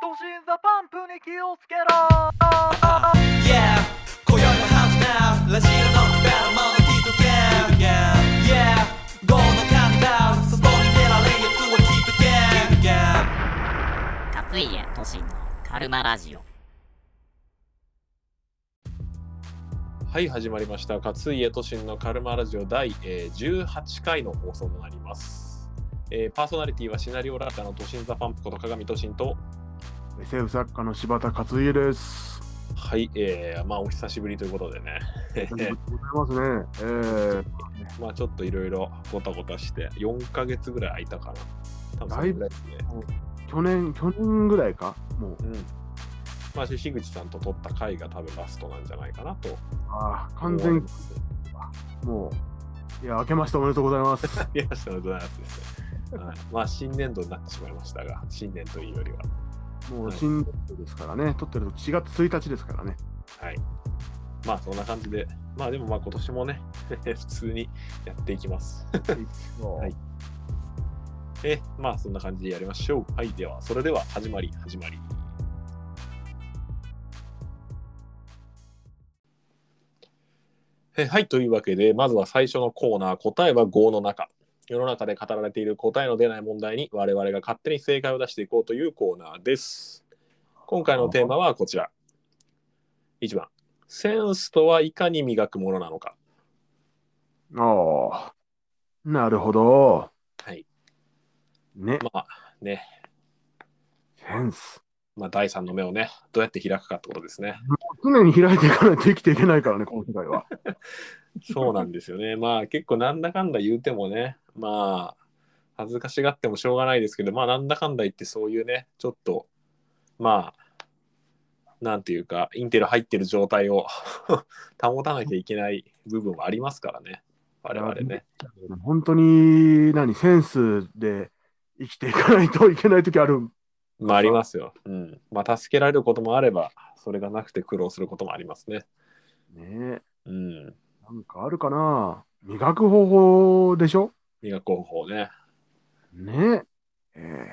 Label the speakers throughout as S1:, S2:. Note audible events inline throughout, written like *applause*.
S1: 都心ザパンプに気をつけろ
S2: Yeah 今宵のハウスナウラジオのくだらもなきとけ Yeah ゴーのカウンダウン外に出られんやつは聞いとけ
S3: 勝家都心のカルマラジオ
S4: はい、始まりました。勝家都心のカルマラジオ第えー18回の放送となります。えーパーソナリティはシナリオラッカの都心ザパンプこと鏡都心と、
S5: 政府作家の柴田勝
S4: *laughs*
S5: 家です。
S4: はい、えーまあお久しぶりということでね、
S5: ありがとうございますね。えー、
S4: まあちょっといろいろごたごたして、4ヶ月ぐらい空いたかな。多分それぐらいですね。
S5: 去年、去年ぐらいかもう、
S4: うん。まあ、樋口さんと撮った回が多分ラストなんじゃないかなと。
S5: あー完全にもう、いや、明けましておめでとうございます。
S4: *laughs* いや、そうでございますですね。はい、まあ新年度になってしまいましたが、新年というよりは。
S5: もう、新年度ですからね、撮ってると4月1日ですからね。
S4: はい。まあそんな感じで、まあでもまあ今年もね、 *laughs* 普通にやっていきます。 *laughs* いえ、まあそんな感じでやりましょう。はい、では、それでは始まり、始まり。えはい、というわけで、まずは最初のコーナー、答えは5の中。世の中で語られている答えの出ない問題に我々が勝手に正解を出していこうというコーナーです。今回のテーマはこちら。1番、センスとはいかに磨くものなのか。
S5: ああ、なるほど。
S4: はい。
S5: ね、
S4: まあね、
S5: センス。
S4: まあ第3の目をね、どうやって開くかってことですね。
S5: 常に開いていかないと生きていけないからね、この世界
S4: *laughs*
S5: は。
S4: そうなんですよね。まあ結構なんだかんだ言うてもね、まあ恥ずかしがってもしょうがないですけど、まあなんだかんだ言ってそういうね、ちょっとまあなんていうか、インテル入ってる状態を *laughs* 保たなきゃいけない部分はありますからね、我々ね。
S5: 本当に、何、センスで生きていかないといけない時ある。
S4: まあありますよ。うん。まあ助けられることもあれば、それがなくて苦労することもありますね。
S5: ね
S4: うん。
S5: なんかあるかな磨く方法でしょ
S4: 磨く方法ね。
S5: ねえ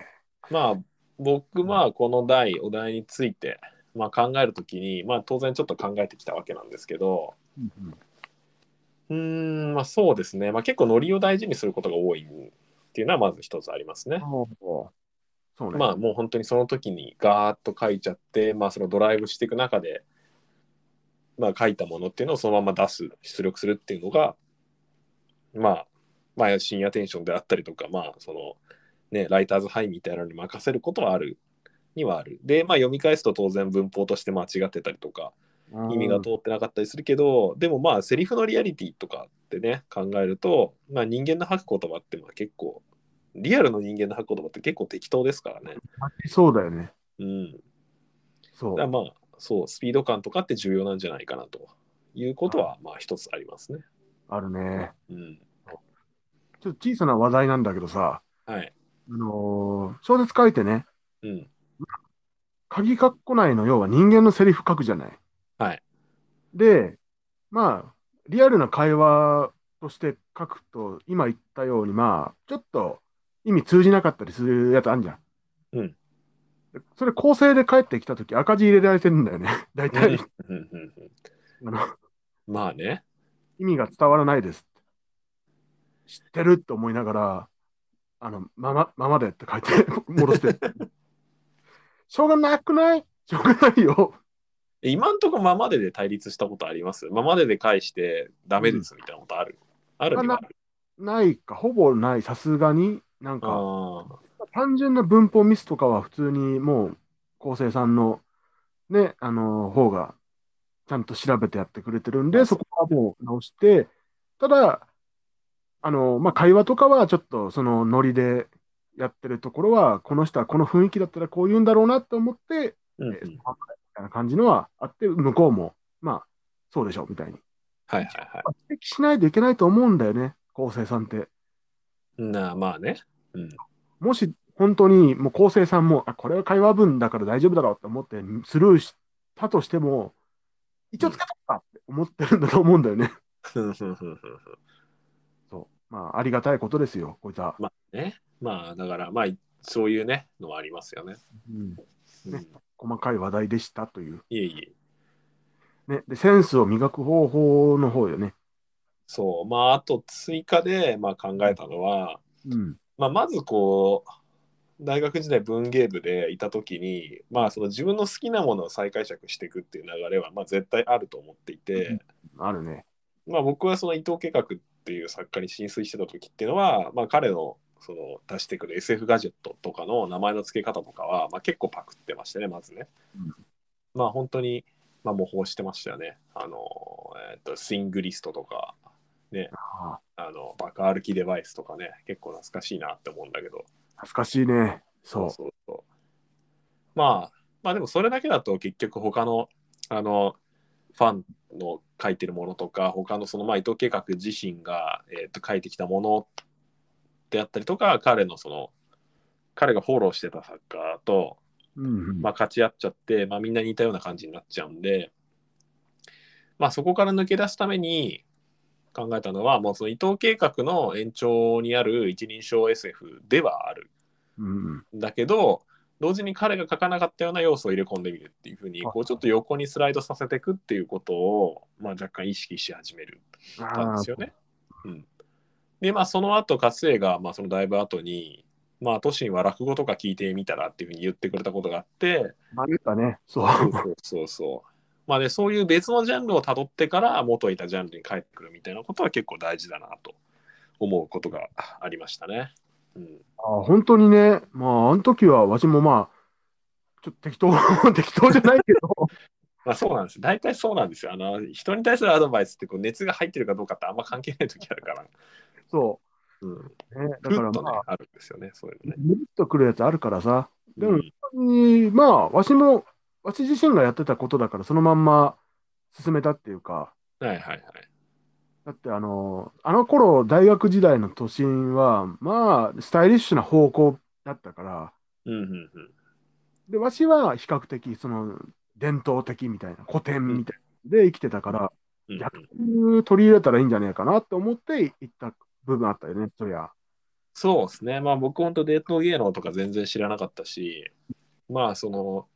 S4: まあ僕まあこの題お題について、まあ、考えるときに、まあ、当然ちょっと考えてきたわけなんですけど
S5: え
S4: うーんまあそうですね、まあ、結構ノリを大事にすることが多いっていうのはまず一つありますね。
S5: そうね。
S4: まあもう本当にその時にガーッと書いちゃって、まあ、そのドライブしていく中で、まあ、書いたものっていうのをそのまま出す出力するっていうのが、まあ、まあ深夜テンションであったりとかまあそのねライターズハイみたいなのに任せることはあるにはあるで、まあ、読み返すと当然文法として間違ってたりとか
S5: うん
S4: 意味が通ってなかったりするけど、でもまあセリフのリアリティとかってね考えると、まあ、人間の吐く言葉ってまあ結構リアルの人間の吐く言葉って結構適当ですからね。
S5: そうだよね。
S4: うん、
S5: そ
S4: だ
S5: う
S4: から。まあそうスピード感とかって重要なんじゃないかなということはまあ一つありますね。
S5: あるね。
S4: うん、
S5: ちょっと小さな話題なんだけどさ、
S4: はい、
S5: あのー小説書いてね、
S4: うん、
S5: 鍵括弧内の要は人間のセリフ書くじゃない。
S4: はい。
S5: で、まあ、リアルな会話として書くと、今言ったように、まあ、ちょっと意味通じなかったりするやつあんじゃん。
S4: うん
S5: で。それ構成で帰ってきたとき赤字入れられてるんだよね。 *laughs* 大
S4: うんう
S5: 体、
S4: んうんうん
S5: あの
S4: まあね
S5: 意味が伝わらないですって。知ってるって思いながら、あの、まま、ままでって書いて *laughs* 戻して
S4: *laughs*
S5: る。しょうがなくないしょうがないよ。
S4: 今んとこままでで対立したことありますままでで返してダメですみたいなことある、あるにはある
S5: ないか、ほぼない、さすがに。なん
S4: あ
S5: か、
S4: ー
S5: 単純な文法ミスとかは普通にもう、昴生さんの、ね、あの、方が、ちゃんと調べてやってくれてるんで、そこはもう直して、ただ、あの、まあ、会話とかはちょっと、そのノリでやってるところは、この人はこの雰囲気だったらこう言うんだろうなと思って、
S4: うんう
S5: えー
S4: ん
S5: みたいな感じのはあって、向こうも、まあ、そうでしょ、みたいに。
S4: はいはいは
S5: 指摘しないといけないと思うんだよね、昴生さんって。
S4: いなあまあねうん
S5: もし本当にもう構成さんも、あ、これは会話文だから大丈夫だろうと思ってスルーしたとしても、一応使ったって思ってるんだと思うんだよね。 *laughs*
S4: ふんふんふんふんふん
S5: そう。まあ、ありがたいことですよ、こいつは。
S4: ねまあだからまあそういうねのはありますよね
S5: うん。
S4: うん
S5: 細かい話題でしたという。
S4: いえいえ。
S5: ね、でセンスを磨く方法の方よね。
S4: そう。まあ、あと追加で、まあ、考えたのは、
S5: うん。
S4: まあ、まずこう、大学時代文芸部でいた時に、まあ、その自分の好きなものを再解釈していくっていう流れは、まあ、絶対あると思っていて、
S5: あるね。
S4: まあ、僕はその伊藤計画っていう作家に浸水してた時っていうのは、まあ、彼のその出してくる SF ガジェットとかの名前の付け方とかは、まあ、結構パクってましたねまずね、
S5: うん
S4: まあ本当に、まあ、模倣してましたよねあの、えっとシングリストとか
S5: あ
S4: あの爆歩きデバイスとかね結構懐かしいなって思うんだけど
S5: あ懐かしいね。そう。
S4: そうそうまあまあでもそれだけだと結局他のあのファンの書いてるものとか他のそのまあ伊藤計画自身が、えー、と書いてきたものであったりとか彼のその彼がフォローしてた作家と、
S5: うんうん
S4: まあ、勝ち合っちゃって、まあ、みんな似たような感じになっちゃうんで、まあ、そこから抜け出すために考えたのはもうその伊藤計画の延長にある一人称 SF ではある
S5: うん
S4: だけど同時に彼が書かなかったような要素を入れ込んでみるっていうふうに
S5: はい
S4: こうちょっと横にスライドさせていくっていうことを、まあ、若干意識し始めるたんですよね。うん、でまあその後勝末が、まあ、そのだいぶ後に「まあ都心は落語とか聞いてみたら」っていうふうに言ってくれたことがあって
S5: あー。あれだね。そう。
S4: そうそうそうそう。まあね、そういう別のジャンルをたどってから元いたジャンルに帰ってくるみたいなことは結構大事だなと思うことがありましたね。うん、
S5: あ本当にね、まあ、あの時は、わしもまあ、ちょっと適当、 *laughs* 適当じゃないけど、 *laughs*
S4: まあそうなんです。大体そうなんですよ。あの人に対するアドバイスってこう熱が入ってるかどうかってあんま関係ない時あるから。
S5: そ
S4: うん。
S5: う。ね、だ
S4: ふっ
S5: から
S4: とね
S5: まあ、、
S4: あるんですよね。そういうのね。
S5: むっとくるやつあるからさ、でも
S4: うん
S5: 本当に、まあ、わしも、わし自身がやってたことだから、そのまんま進めたっていうか、
S4: はいはいはい。
S5: だってあの、あの頃、大学時代の都心は、まあ、スタイリッシュな方向だったから、
S4: うんうんうん。
S5: で、わしは比較的、その、伝統的みたいな、古典みたいな、で生きてたから、
S4: うんうん
S5: 逆に取り入れたらいいんじゃないかなと思って行った部分あったよね、そりゃ。
S4: そうですね。まあ僕本当伝統芸能とか全然知らなかったし、まあその、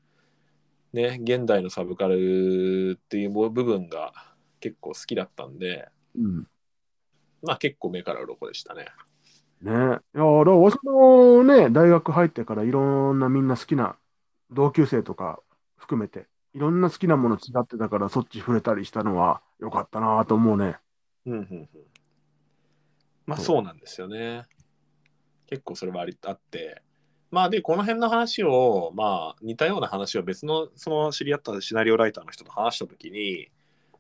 S4: ね、現代のサブカルっていう部分が結構好きだったんで、
S5: うん。
S4: まあ結構目から鱗でしたね。
S5: ねいや、だからわしもね、大学入ってからいろんなみんな好きな、同級生とか含めて、いろんな好きなもの違ってたから、そっち触れたりしたのは良かったなと思うね。
S4: うんうんうん。まあそうなんですよね。結構それはありあって。まあで、この辺の話を、まあ似たような話を別のその知り合ったシナリオライターの人と話したときに、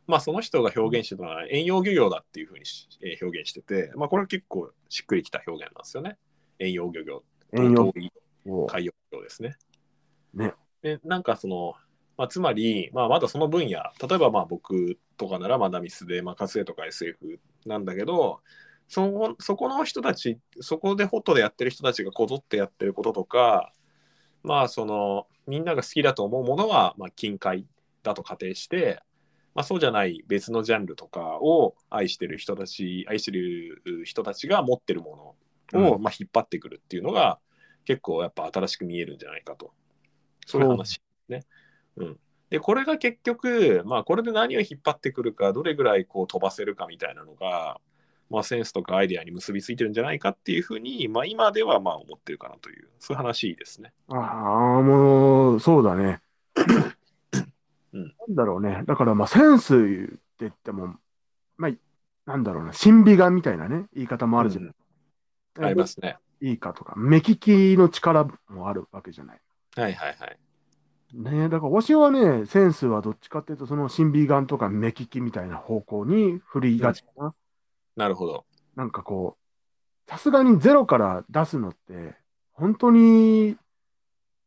S4: まあその人が表現してたのは遠洋漁業だっていうふうにし、えー表現してて、まあこれは結構しっくりきた表現なんですよね。遠洋漁業。
S5: 遠
S4: 遠
S5: 洋
S4: い
S5: を。
S4: 海洋漁業ですね。
S5: ね
S4: でなんかその、まあ、つまり、まあ、まだその分野例えばまあ僕とかならまだミスで、まあ、カスエとか SF なんだけどそこそこの人たちそこでホットでやってる人たちがこぞってやってることとかまあそのみんなが好きだと思うものは、まあ、近海だと仮定して、まあ、そうじゃない別のジャンルとかを愛してる人たち愛してる人たちが持ってるものを、まあ、引っ張ってくるっていうのが結構やっぱ新しく見えるんじゃないかとそういう話ですね。うん、でこれが結局、まあ、これで何を引っ張ってくるかどれぐらいこう飛ばせるかみたいなのが、まあ、センスとかアイデアに結びついてるんじゃないかっていうふうに、まあ、今ではまあ思ってるかなというそういう話ですね。
S5: ああ、もう、そうだね。
S4: うん
S5: なんだろうね。だから、まあ、センスって言っても、まあ、なんだろうな、審美眼みたいなね、言い方もあるじゃない。
S4: うんありますね。
S5: いいかとか、目利きの力もあるわけじゃない。
S4: はいはいはい。
S5: ねえ、だから、わしはね、センスはどっちかっていうと、その審美眼とか目利きみたいな方向に振りがちかな。
S4: なるほど。
S5: なんかこう、さすがにゼロから出すのって、本当に、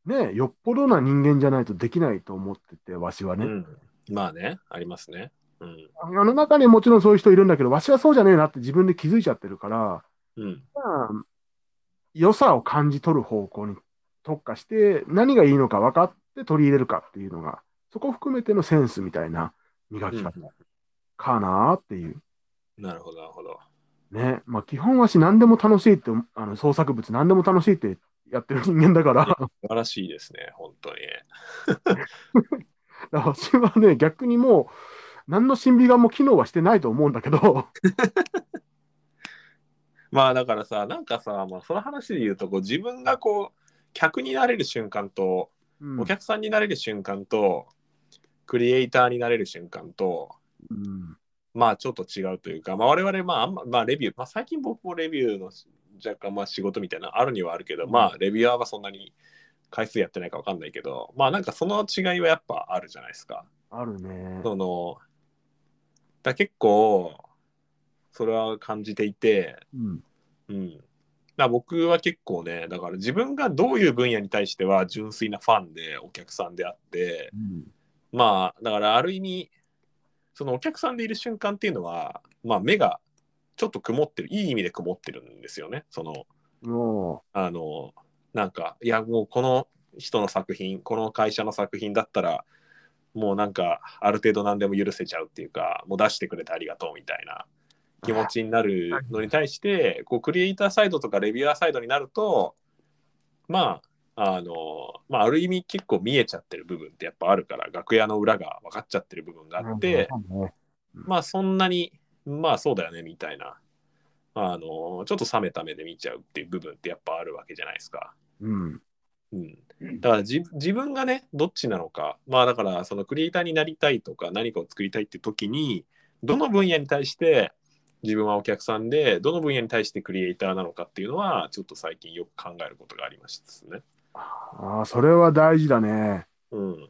S5: ねえ、よっぽどな人間じゃないとできないと思ってて、わしはね。
S4: うん、まあねありますね。うん
S5: あの中にもちろんそういう人いるんだけど、わしはそうじゃねえなって自分で気づいちゃってるから、
S4: うん
S5: まあ、良さを感じ取る方向に特化して、何がいいのか分かって取り入れるかっていうのが、そこ含めてのセンスみたいな磨
S4: う
S5: き
S4: ん
S5: 方かなっていう。
S4: なるほどなるほど。
S5: ね。まあ、基本はし何でも楽しいって、あの創作物何でも楽しいってやってる人間だから、だか
S4: 素晴らしいですね、本当に。
S5: ら私はね、逆にもう、何の審美眼も機能はしてないと思うんだけど、
S4: まあだからさ、なんかさ、まあ、その話で言うとこう、自分がこう、客になれる瞬間と、
S5: うん
S4: お客さんになれる瞬間と、クリエイターになれる瞬間と、
S5: うん
S4: まあちょっと違うというか、まあ、我々、まあ、あんま、まあ、レビュー、まあ、最近僕もレビューの若干、まあ、仕事みたいなのあるにはあるけど、まあ、レビュアーはそんなに回数やってないか分かんないけど、まあ、なんかその違いはやっぱあるじゃないですか。
S5: あるね。
S4: そのだから結構、それは感じていて、
S5: うん
S4: うん。だから僕は結構ね、だから自分がどういう分野に対しては純粋なファンでお客さんであって、
S5: うん
S4: まあだからある意味そのお客さんでいる瞬間っていうのは、まあ、目がちょっと曇ってるいい意味で曇ってるんですよね。その
S5: も
S4: あのなんかいやもうこの人の作品この会社の作品だったらもうなんかある程度何でも許せちゃうっていうかもう出してくれてありがとうみたいな気持ちになるのに対してこうクリエイターサイドとかレビュアーサイドになるとまああのまあ、ある意味結構見えちゃってる部分ってやっぱあるから楽屋の裏が分かっちゃってる部分が
S5: う、
S4: あって、
S5: なんかね
S4: まあそんなにまあそうだよねみたいなあのちょっと冷めた目で見ちゃうっていう部分ってやっぱあるわけじゃないですか。
S5: うん、
S4: うん、だからじ自分がねどっちなのかまあだからそのクリエイターになりたいとか何かを作りたいって時にどの分野に対して自分はお客さんでどの分野に対してクリエイターなのかっていうのはちょっと最近よく考えることがありましたね。
S5: ああ、それは大事だね。
S4: うん、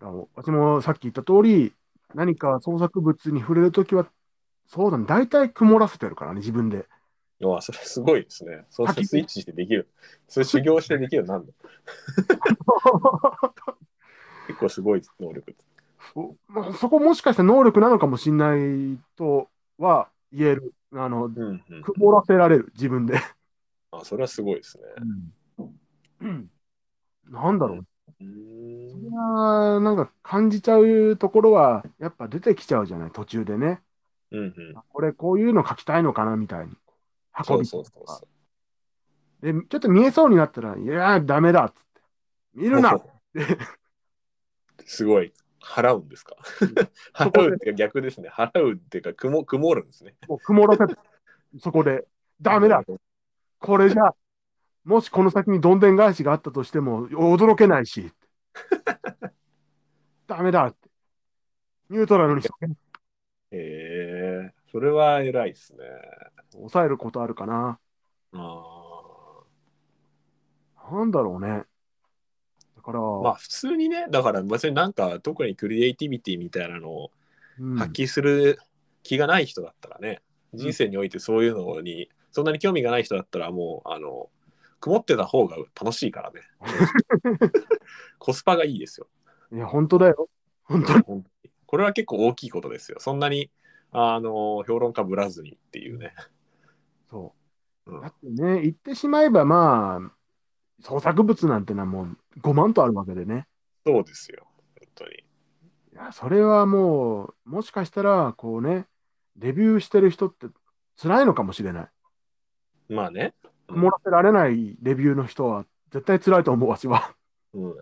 S5: あの私もさっき言った通り、何か創作物に触れるときは、そうだね、大体曇らせてるからね、自分
S4: *laughs*
S5: で。
S4: うわそれすごいですね。そうしてスイッチしてできる。それ修行してできるようになるの結構すごい能力。
S5: おまあそこもしかして能力なのかもしれないとは言える。あの
S4: うんうん、
S5: 曇らせられる、自
S4: *laughs*
S5: 分で。
S4: あそれはすごいですね。
S5: うんなんだろう、
S4: う
S5: そ
S4: ん
S5: れはなんか感じちゃうところは、やっぱ出てきちゃうじゃない、途中でね。
S4: うんうん、
S5: これ、こういうの書きたいのかなみたいに。
S4: そ
S5: 運
S4: う
S5: び
S4: そうそうそう。
S5: で、ちょっと見えそうになったら、いやー、ダメだっつって。見るな
S4: すごい。払うんですか
S5: *laughs* そこ
S4: 払
S5: で
S4: うっていうか逆ですね。払うっていうか曇曇るんですね。
S5: もう曇らせて、そこで、ダメだこれじゃ、もしこの先にどんでん返しがあったとしても、驚けな
S4: *laughs*
S5: いし。ダメだって。ニュートラルにしとけ
S4: へえそれは偉いですね。
S5: 抑えることあるかな。
S4: あ
S5: なんだろうね。だから、
S4: ーまあ普通にね、だから別になんか特にクリエイティビティみたいなのを
S5: うん
S4: 発揮する気がない人だったらね、人生においてそういうのにそんなに興味がない人だったらもうあの曇ってた方が楽しいから
S5: *laughs*
S4: ね。コスパがいいですよ。
S5: いや、本当だよ。本当に。
S4: これは結構大きいことですよ。そんなにあの評論家ぶらずにっていうね。
S5: そう
S4: う。ん
S5: だってね、言ってしまえば、まあ、創作物なんてのはもう5万とあるわけでね。
S4: そうですよ。本当に。
S5: いや、それはもう、もしかしたら、こうね、レビューしてる人って辛いのかもしれない。
S4: まあね。
S5: もらせられないレビューの人は絶対辛いと思う、わしは。
S4: うん。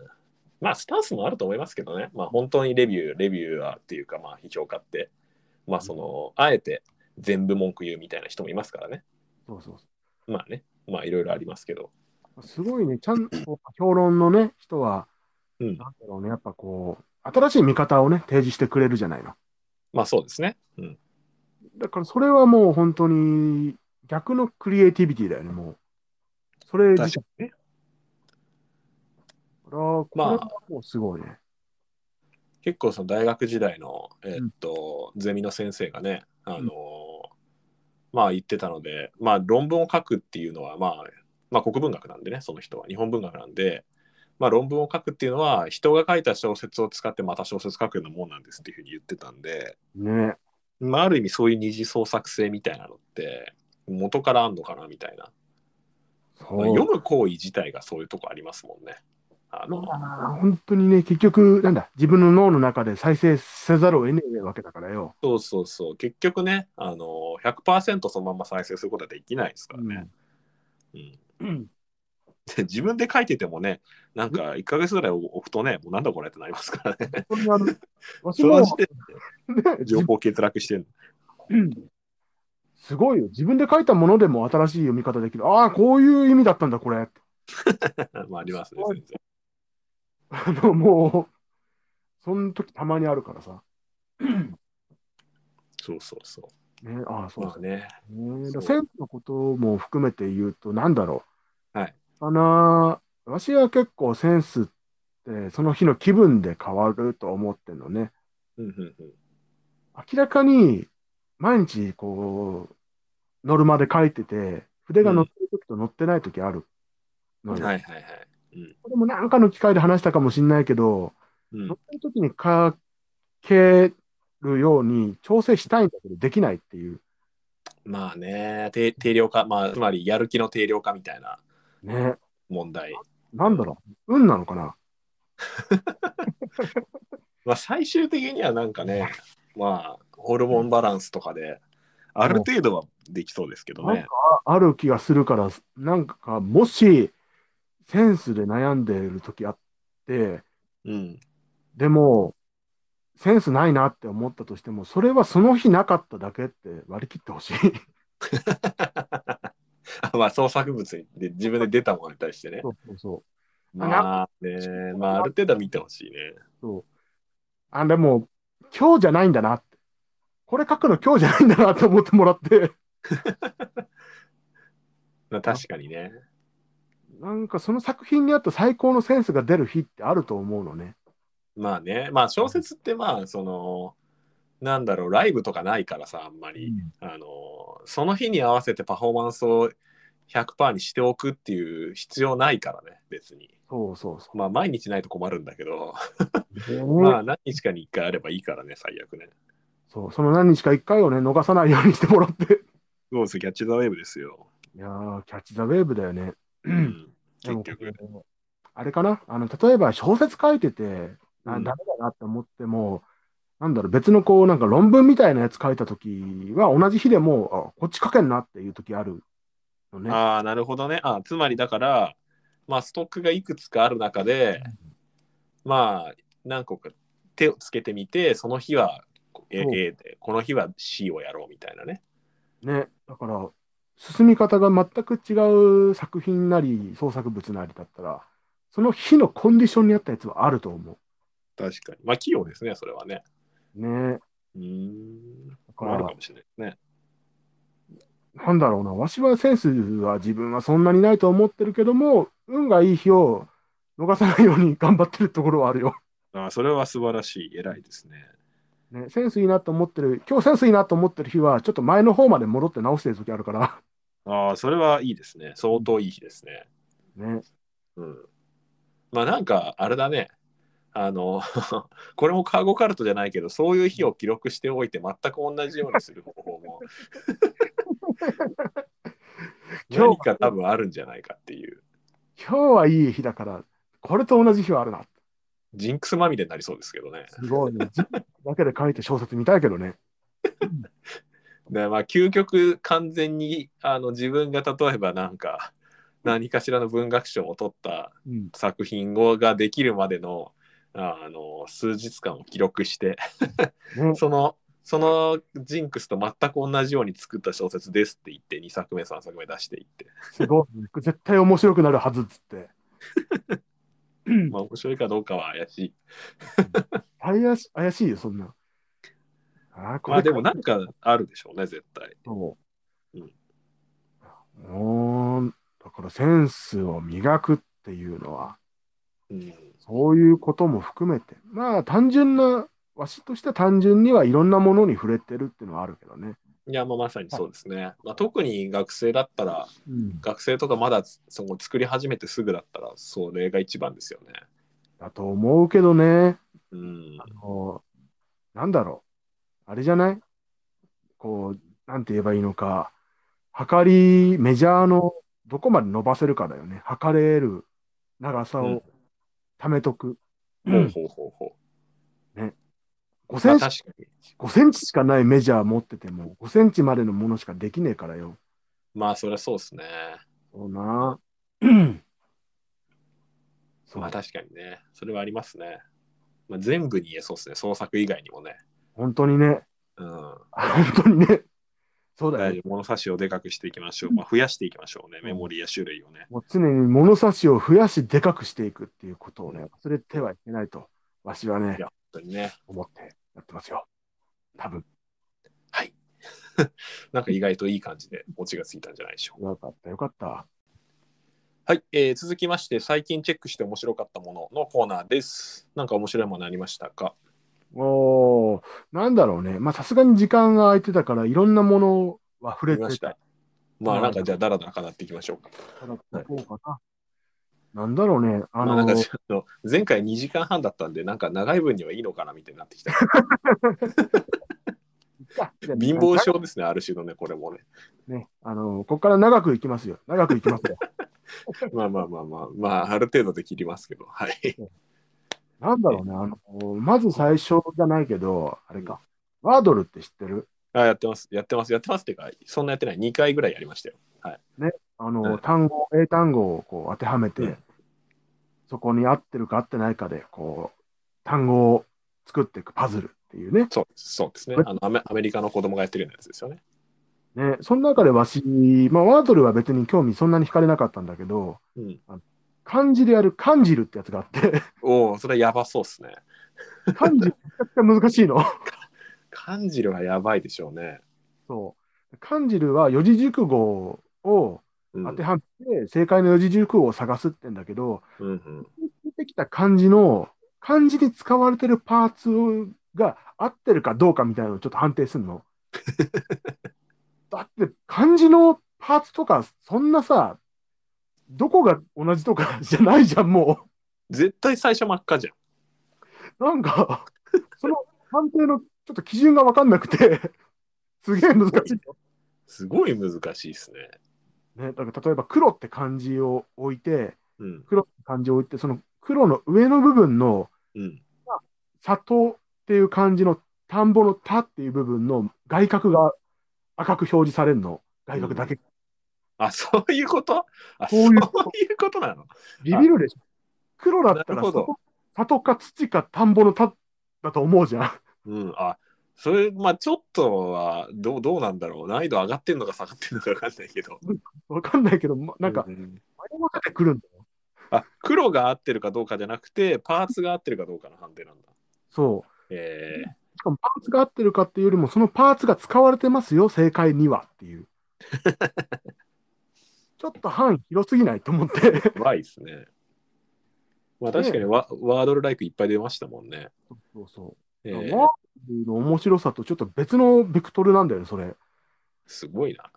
S4: まあスタンスもあると思いますけどね。まあ本当にレビュー、レビューはっていうかまあ批評家って、まあその、あえて全部文句言うみたいな人もいますからね。
S5: そうそうそ
S4: まあね。まあいろいろありますけど。
S5: う。すごいね、ちゃんと評論のね、人は、
S4: うん。
S5: なんだろうね、やっぱこう、新しい見方をね、提示してくれるじゃないの。
S4: まあそうですね。うん。
S5: だからそれはもう本当に逆のクリエイティビティだよね、もう。それ自
S4: 確
S5: 体
S4: かにね。
S5: これ
S4: まあ
S5: はもうすごいね。
S4: 結構その大学時代の、えーっと、ゼミの先生がね、あのー
S5: うん
S4: まあ言ってたので、まあ論文を書くっていうのは、まあ、まあ国文学なんでね、その人は日本文学なんで、まあ論文を書くっていうのは人が書いた小説を使ってまた小説書くようなもんなんですっていうふうに言ってたんで、
S5: ね
S4: まあある意味そういう二次創作性みたいなのって元からあんのかなみたいな。まあ
S5: そう
S4: 読。む行為自体がそういうとこありますもんね。あの、
S5: まあ本当にね、結局、なんだ、自分の脳の中で再生せざるを得ないわけだからよ。
S4: そうそうそう。結局ね、あのー、100%そのまま再生することはできないですからね。うんで自分で書いててもね、なんか1ヶ月ぐらい置くとね、もうなんだこれってなりますから
S5: *laughs*
S4: ね。
S5: 本当にあの、わ
S4: *laughs*
S5: し
S4: そ
S5: も
S4: の時点で
S5: ね、
S4: 情報欠落してる。
S5: *laughs* すごいよ。自分で書いたものでも新しい読み方できる。ああ、こういう意味だったんだ、これ。
S4: *laughs* まあありますね。
S5: すごい
S4: 全然
S5: あの、もう、その時たまにあるからさ。
S4: そうそうそ
S5: ね、ああ、
S4: う。
S5: そう
S4: ま
S5: そ
S4: あね。
S5: うね。
S4: そう
S5: だから政府のことも含めて言うと、なんだろう。
S4: はい。
S5: かな。わしは結構センスって、その日の気分で変わると思ってんのね。
S4: うんうんうん。
S5: 明らかに、毎日、こう、ノルマで書いてて、筆が乗ってる時と乗ってない時あるのよ。
S4: はいはいはい。
S5: これもなんかの機会で話したかもしれないけど、
S4: うん
S5: 乗、ってる時に書けるように調整したいんだけど、できないっていう。
S4: まあね、定定量化、まあ、つまりやる気の定量化みたいな
S5: ね。
S4: 問題。
S5: なんだろう。運なのかな。
S4: まあ、最終的にはなんかね、まあ、ホルモンバランスとかで、ある程度はできそうですけど
S5: なん
S4: ね
S5: か。ある気がするから、なんかもし、センスで悩んでる時あって、
S4: うん。
S5: でも、センスないなって思ったとしても、それはその日なかっただけって割り切ってほしい。
S4: *laughs* あまあ、創作物にで自分で出たものに対してね
S5: *laughs* そ。うそうそう。
S4: まあね、まあ、ある程度は見てほしいね。
S5: そう。あ、でも、今日じゃないんだなって。これ書くの今日じゃないんだなって思ってもらって。
S4: まあ、確かにね。
S5: なんかその作品にあった最高のセンスが出る日ってあると思うのね。
S4: まあね、まあ、小説ってまあ、その、なんだろう、ライブとかないからさ、あんまり。あのその日に合わせてパフォーマンスを100%にしておくっていう必要ないからね別に
S5: そうそうそ
S4: まあ毎日ないと困るんだけど、
S5: う。
S4: まあ何日かに1回あればいいからね最悪ね
S5: そうその何日か一回をね、逃さないようにしてもらって。
S4: そうですキャッチ・ザ・ウェーブですよ、
S5: いやー、キャッチ・ザ・ウェーブだよ *laughs* ね。
S4: うん、
S5: でも
S4: 結局
S5: あれかなあの、例えば小説書いてて、あダ
S4: う
S5: メ
S4: ん
S5: だなって思っても、なんだろう、別のこう、なんか論文みたいなやつ書いたときは、同じ日でもう、あ、こっち書けんなっていうときあるのね。
S4: ああなるほどねあつまりだからまあストックがいくつかある中で、まあ何個か手をつけてみてその日はえ
S5: そう
S4: A でこの日は C をやろうみたいなね
S5: ね、だから進み方が全く違う作品なり創作物なりだったらその日のコンディションに合ったやつはあると思
S4: 確かにまあ器用ですねそれはね
S5: う。ね
S4: うーん
S5: だか
S4: ある
S5: ら
S4: かもしれないね
S5: なんだろうなわしはセンスは自分はそんなにないと思ってるけども運がいい日を逃さないように頑張ってるところはあるよ。
S4: あそれは素晴らしい、偉いですね。
S5: ね、センスいいなと思ってる今日センスいいなと思ってる日はちょっと前の方まで戻って直してる時あるから。
S4: ああ、それはいいですね。相当いい日ですね。
S5: ね、。
S4: うん。まあなんか、あれだね。あの、 *laughs* これもカーゴカルトじゃないけど、そういう日を記録しておいて、全く同じようにする方法も
S5: *laughs* 今日は
S4: 何か多分あるんじゃないかっていう。
S5: 今日はいい日だからこれと同じ日はあるな。
S4: ジンクスまみれになりそうですけどね。
S5: すごいね。自分だけで書いて小説見たいけどね。
S4: でまあ究極完全にあの自分が例えばなんか何かしらの文学賞を取った
S5: うん
S4: 作品をができるまでのあの数日間を記録して
S5: ね
S4: *laughs* そのそのジンクスと全く同じように作った小説ですって言って2作目3作目出していって、
S5: すごい。絶対面白くなるはずっつって。
S4: まあ面白いかどうかは怪しい
S5: 怪し怪しいよ、そんな。あーこ
S4: まあでも
S5: な。
S4: なんかあるでしょうね絶対
S5: そう
S4: うん
S5: うーん。だからセンスを磨くっていうのは、
S4: うん
S5: そういうことも含めて、まあ単純な、わしとしては単純にはいろんなものに触れてるっていうのはあるけどね。
S4: いやまあまさにそうですね、まあ、特に学生だったら学生とかまだその作り始めてすぐだったらそれが一番ですよね。
S5: だと思うけどね。
S4: うん、
S5: あのなんだろう、あれじゃないこう、なんて言えばいいのか、測り、メジャーのどこまで伸ばせるかだよね。測れる長さ
S4: うん
S5: を貯めとく。
S4: ほうほうほうほ
S5: 5
S4: う。ま
S5: セ
S4: あ
S5: ンチ、
S4: 確かに。
S5: 5センチしかないメジャー持ってても、5センチまでのものしかできねえからよ。
S4: まあそりゃそうですね。
S5: そうな。 *clears throat* そう
S4: まあ確かにね、それはありますね。まあ、全部に言えそうですね、創作以外にもね。
S5: 本当にね、 *laughs*
S4: うん、
S5: 本当にね、そうだ
S4: 大
S5: よ、
S4: 丈夫物差しをでかくしていきましょう。まあ、増やしていきましょうね、メモリや種類をね。
S5: もう常に物差しを増やし、でかくしていくっていうことをね、忘れてはいけないと、わしはね
S4: いや、本当にね、
S5: 思ってやってますよ。多分
S4: なんか意外といい感じでオチがついたんじゃないでしょうか。
S5: よかった、よかった。
S4: はい、えー続きまして、最近チェックして面白かったもののコーナーです。なんか面白いものありましたか
S5: おーなんだろうね、まあさすがに時間が空いてたから、いろんなものは触
S4: あ
S5: れ
S4: りま
S5: て
S4: したた。まあなんかじゃあ、だらだら語っていきましょうか。
S5: からこうかな。なんだろうね、あ
S4: まあな
S5: の
S4: んかちょっと前回2時間半だったんで、なんか長い分にはいいのかなみたいになって *laughs* きた。貧乏症ですね、ある種のね、これもね。
S5: ね、あの、ここから長くいきますよ。長くいきます
S4: *laughs*
S5: よ。
S4: まあまあまあまあ、まあ、ある程度で切りますけど、はい。
S5: なんだろうね、あの、まず最初じゃないけど、あれか。ワードルって知ってる
S4: あ、やってます、やってます、やってますっていうか、そんなやってない、2回ぐらいやりましたよ。
S5: あ
S4: うん
S5: の、単語、英単語をこう当てはめ
S4: う
S5: て
S4: ん、
S5: そこに合ってるか合ってないかで、こう、単語を作っていくパズルっていうね。
S4: そうですそうですね
S5: え
S4: あのアメ。アメリカの子供がやってるようなやつですよね。
S5: ね、その中でわし、まあ、ワードルは別に興味そんなに惹かれなかったんだけど、
S4: うん、
S5: 漢字でやる漢字るってやつがあって、
S4: おお、それやばそうですね。
S5: 漢字めちゃくちゃ難しいの。
S4: 感じるはやばいでしょうね。
S5: そう。漢字るは四字熟語を、
S4: うん、
S5: 当てはめて、正解の四字熟語を探すってんだけど、
S4: うんうん、
S5: 出てきた漢字の、漢字に使われてるパーツが合ってるかどうかみたいなのをちょっと判定す
S4: *laughs*
S5: るの。だって、漢字のパーツとか、そんなさ、どこが同じとかじゃないじゃん、も
S4: 絶対最初真っ赤じゃん。
S5: う。なんか、その判定のちょっと基準が分かんなくて、すげえ難
S4: *laughs*
S5: しい。
S4: すごい難しいですね。
S5: ね、だから例えば、黒って漢字を置いて、
S4: うん
S5: 黒って漢字を置いて、その黒の上の部分の
S4: うん、
S5: 里っていう漢字の田んぼの田っていう部分の外角が赤く表示されるの。外角だけ。
S4: あそういうことあ
S5: そ
S4: そうういう
S5: い
S4: う
S5: こと
S4: ことなの
S5: ビビるでしょ。黒だった
S4: な
S5: ら
S4: るほど
S5: 里里か土か田んぼの田だと思うじゃん。 *laughs*
S4: うん、あそれ、まあちょっとはどうどうなんだろう。難易度上がってんのか下がってんのか分かんないけど。
S5: わかんないけど、まなんか
S4: う、ん
S5: 迷わせてくるんだよ。
S4: あ黒が合ってるかどうかじゃなくて、パーツが合ってるかどうかの判定なんだ。
S5: そ
S4: えー
S5: う。しかもパーツが合ってるかっていうよりも、そのパーツが使われてますよ、正解にはっ
S4: *laughs*
S5: ていう。ちょっと範囲広すぎないと思って。 *laughs*
S4: やばいですね。まあ確かにワ,、ワードルライクいっぱい出ましたもんね。
S5: そうそう。
S4: え
S5: ワ
S4: ー
S5: ールドの面白さとちょっと別のベクトルなんだよね、それ。
S4: すごいな。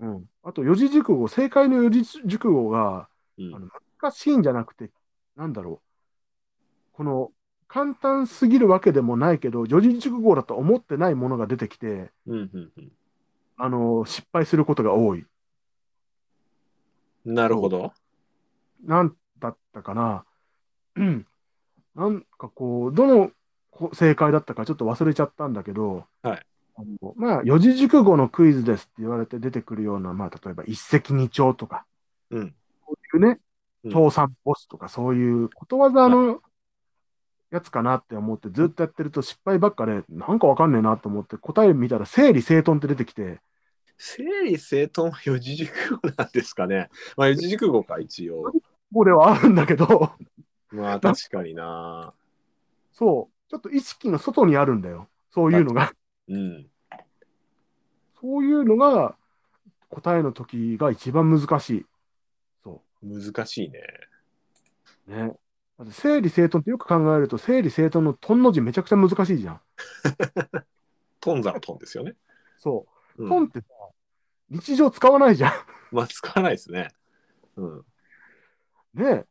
S5: うん、あと四字熟語、正解の四字熟語が
S4: うん
S5: あの難しいんじゃなくて、なんだろう、この簡単すぎるわけでもないけど、四字熟語だと思ってないものが出てきて、
S4: うんうんうん
S5: あの失敗することが多い。
S4: なるほど。
S5: なんだったかな。 *clears throat* うんなんかこう、どのこ正解だったかちょっと忘れちゃったんだけど、
S4: はい
S5: あのまあ、四字熟語のクイズですって言われて出てくるような、まあ、例えば一石二鳥とか、
S4: うん。
S5: そういうね
S4: う、ん
S5: 調査ボスとかそういうことわざのやつかなって思って、ずっとやってると失敗ばっかで、なんかわかんねえなと思って、答え見たら整理整頓って出てきて、
S4: 整理整頓は四字熟語なんですかね。まあ四字熟語か、一
S5: *laughs*
S4: 応。
S5: ここではあるんだけど、
S4: まあ確かにな。
S5: そう、ちょっと意識の外にあるんだよ、そういうのが。
S4: うん。
S5: そういうのが答えの時が一番難しい。そ
S4: 難しいね。
S5: う。ね。だって整理整頓ってよく考えると、整理整頓のとんの字めちゃくちゃ難しいじゃん。
S4: トンザのトンですよね。
S5: そうう。トン
S4: ん、
S5: ってさ、日常使わないじゃん。
S4: *laughs* まあ使わないですね。うん。
S5: *laughs* ね、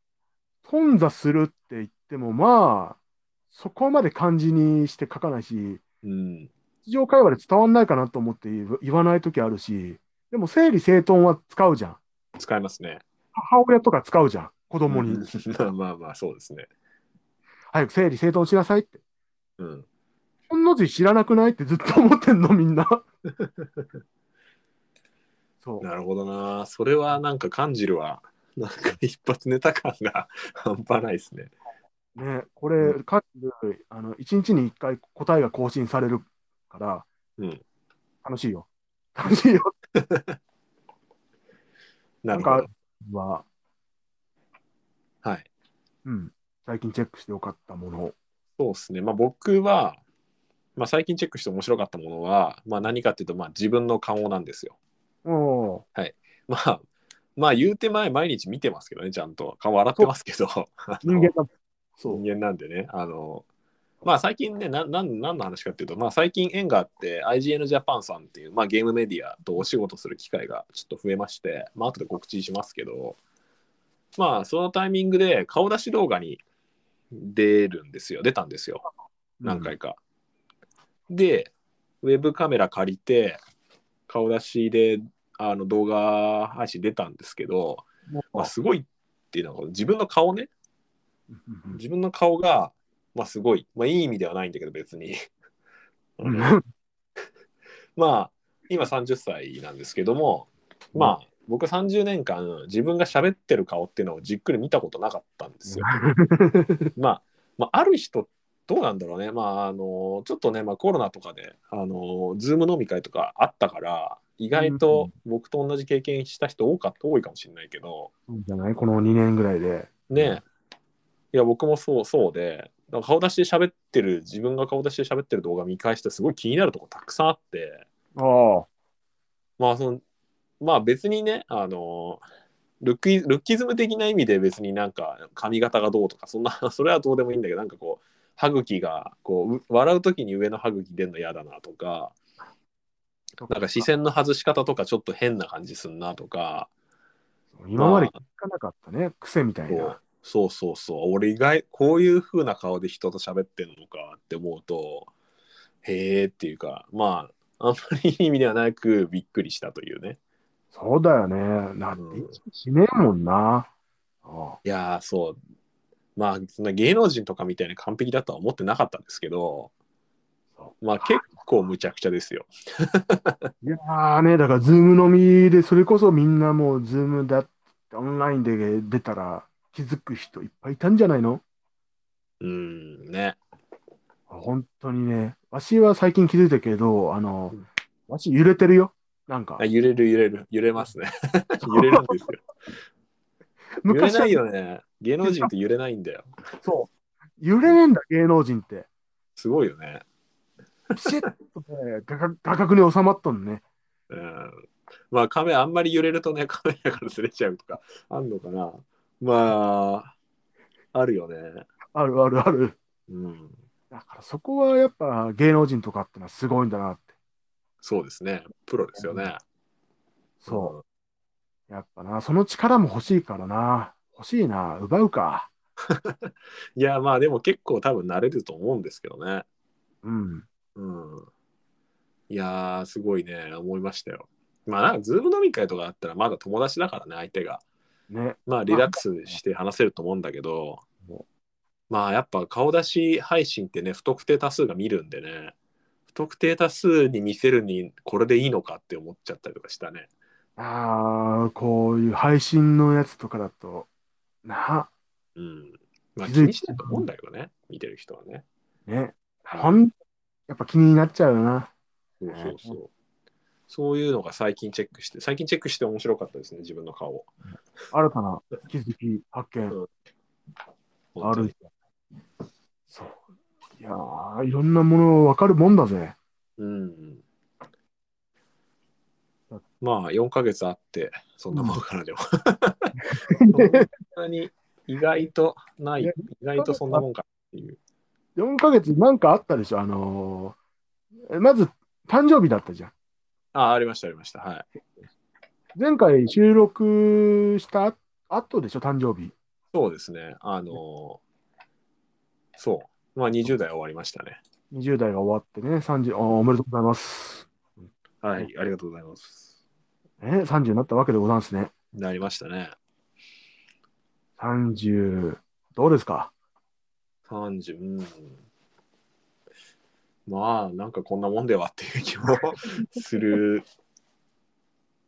S5: 頓挫するって言っても、まあ、そこまで漢字にして書かないし、
S4: うん。
S5: 日常会話で伝わんないかなと思って言う言わないときあるし、でも整理整頓は使うじゃん。
S4: 使いますね。
S5: 母親とか使うじゃん。子供
S4: う
S5: に。
S4: んまあまあまあ、そうですね。
S5: 早く整理整頓しなさいって。
S4: うん。
S5: ほんの字知らなくないってずっと思ってんの、みん
S4: *laughs*
S5: な。そう。
S4: なるほどな。それはなんか感じるはなんか一発ネタ感が *laughs* 半端ないですね。
S5: ね、これ、各部あの1日に1回答えが更新されるから、
S4: うん
S5: 楽しいよ。楽しいよ
S4: なるほ
S5: なん
S4: ど。
S5: は、
S4: はい。
S5: うん、最近チェックしてよかったもの。
S4: そうですね。まあ僕は、まあ最近チェックして面白かったものは、まあ何かっていうと、まあ自分の顔なんですよ。
S5: おー
S4: まあ、まあ言うて前、毎日見てますけどね、ちゃんと。顔洗ってますけど。あの
S5: 人間だ。そう。
S4: 人間なんでね、あの、まあ最近ね、ななん何の話かっていうと、まあ最近縁があって、IGN ジャパンさんっていう、まあゲームメディアとお仕事する機会がちょっと増えまして、まあ後で告知しますけど、まあそのタイミングで顔出し動画に出るんですよ、出たんですよ、何回か。で、ウェブカメラ借りて、顔出しであの動画配信出たんですけど、
S5: うん。もう
S4: まあすごいっていうのは、自分の顔ね、
S5: うん
S4: 自分の顔が、まあ、すごい、まあ、いい意味ではないんだけど別にあ
S5: うん
S4: の *laughs* まあ今30歳なんですけどもまあ僕30年間自分が喋ってる顔っていうのをじっくり見たことなかったんです
S5: *laughs*
S4: よ。まあ、まあ、ある人どうなんだろうねまああのちょっとね、まあ、コロナとかであのズーム飲み会とかあったから意外と僕と同じ経験した人多かった多いかもしれないけど、
S5: そうじゃないこの2年ぐらいで。
S4: ねえいや僕もそうそうでなんか顔出しで喋ってる自分が顔出しで喋ってる動画見返してすごい気になるとこたくさんあって
S5: あ
S4: まあそのまあ別にねあのルッキルッキズム的な意味で別になんか髪型がどうとかそんな *laughs* それはどうでもいいんだけどなんかこう歯茎がこうう笑う時に上の歯茎出るの嫌だなとか
S5: あ。
S4: なんか視線の外し方とかちょっと変な感じすんなとか
S5: 今まで聞かなかったね。癖みたいな。
S4: そうそうそう俺意外こういう風な顔で人と喋ってんのかって思うとへえっていうかまああんまりいい意味ではなくびっくりしたというね
S5: そうだよね。なって
S4: うん
S5: しねえもんな。あ
S4: いやーそうまあそんな芸能人とかみたいに完璧だとは思ってなかったんですけどまあ結構むちゃくちゃですよ
S5: いやーね、だから、ズームのみで、それこそみんなもう、ズームだって、オンラインで出たら、気づく人いっぱいいたんじゃないの
S4: うんね
S5: 本当にね。わしは最近気づいたけど、あの、
S4: うん
S5: わし揺れてるよ。なんか
S4: あ、揺れる揺れる揺れます
S5: *laughs*
S4: ね揺れるんですよ揺れ
S5: 昔
S4: な
S5: はい
S4: よね芸能人って揺れないんだよ
S5: そう。揺れねえんだ、芸能人って。
S4: すごいよね
S5: ピシッとね、画角 *laughs* 画角に収まっとんね。
S4: うんまあカメラあんまり揺れるとねカ *laughs* メラからずれちゃうとかあんのかなまああるよね
S5: あるあるある。
S4: うん
S5: だからそこはやっぱ芸能人とかってのはすごいんだなって。
S4: そうですねプロですよね
S5: そう。やっぱな、その力も欲しいからな。欲しいな、奪うか。
S4: うんいやまあでも結構多分慣れると思うんですけどね
S5: うん。
S4: うんいやーすごいね思いましたよまあなんかズーム飲み会とかあったらまだ友達だからね相手が
S5: ね。
S4: まあリラックスして話せると思うんだけどまあやっぱ顔出し配信ってね不特定多数が見るんでね不特定多数に見せるにこれでいいのかって思っちゃったりとかしたね
S5: ああ、こういう配信のやつとかだと、な、
S4: うんまあ
S5: 気
S4: 気
S5: づい
S4: にしてると思うんだけどね見てる人はね
S5: ね。ほん、やっぱ気になっちゃうよな。
S4: そうそうそうそういうのが最近チェックして最近チェックして面白かったですね自分の顔
S5: 新たな気づき、発見。
S4: 本
S5: あ
S4: 当に
S5: る。そう。いやーいろんなもの分かるもんだぜ。
S4: うんまあ4ヶ月あってそんなもんからでもそんなに意外とない
S5: いや
S4: 意外とそんなもんかっていう
S5: 4ヶ月なんかあったでしょあのーえまず、誕生日だったじゃん。
S4: あありましたありましたはい
S5: 前回収録した後でしょ誕生日。
S4: そうですねあのーそうまあ20代終わりましたね
S5: 20代が終わってね、30、おおめでとうございます。
S4: はいありがとうございます
S5: え、30になったわけでございますね。
S4: なりましたね
S5: 30、どうですか
S4: 30うんまあなんかこんなもんではっていう気もする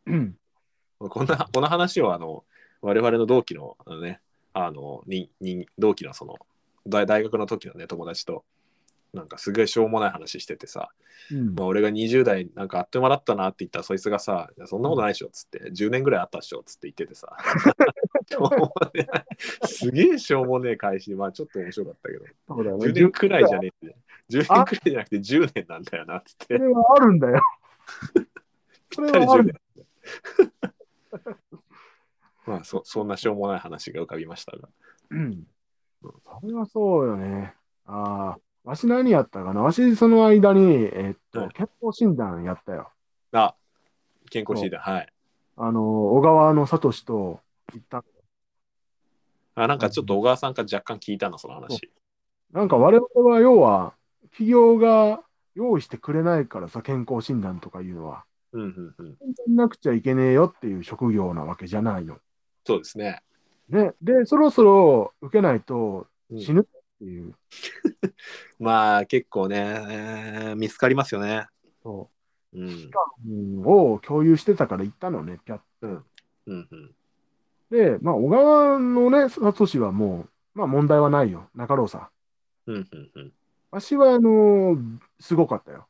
S5: うん
S4: こんなこの話をあの我々の同期のあのね、あの、にに同期のその大、大学の時のね、友達と、なんかすごいしょうもない話しててさ、
S5: うん
S4: まあ、俺が20代なんかあっという間だったなって言ったらそいつがさ「いやそんなことないでしょ」っつって「10年ぐらいあったでしょ」っつって言っててさ *laughs* もうねすげえしょうもねえ返しまあちょっと面白かったけど
S5: そうだよね
S4: 10年くらいじゃねえって10年くらいじゃなくて10年なんだよなっつっ
S5: そ
S4: て
S5: れはあるんだよ。それはあるんだよ。
S4: *laughs* まあそそんなしょうもない話が浮かびましたが
S5: うんそれはそうよね。ああ、わし何やったかなわしその間に、えっ
S4: は
S5: と
S4: い、
S5: 健康診断やったよ。
S4: あ健康診断はい
S5: あの、小川の聡と行った。
S4: あなんかちょっと小川さんから若干聞いたなその話
S5: なんか我々は要は、企業が用意してくれないからさ、健康診断とかいうのは。
S4: うんうんうん
S5: なくちゃいけねえよっていう職業なわけじゃないの。
S4: そうですね、
S5: ね。で、そろそろ受けないと
S4: うん
S5: 死ぬっていう。
S4: まあ結構ね、えー見つかりますよね
S5: そううんを共有してたから行ったのね、ピャッ
S4: うんうん
S5: で、まあ、小川のね、サトシはもう、まあ問題はないよ、中郎さん。
S4: うんうんうん
S5: わしは、あのーすごかったよ。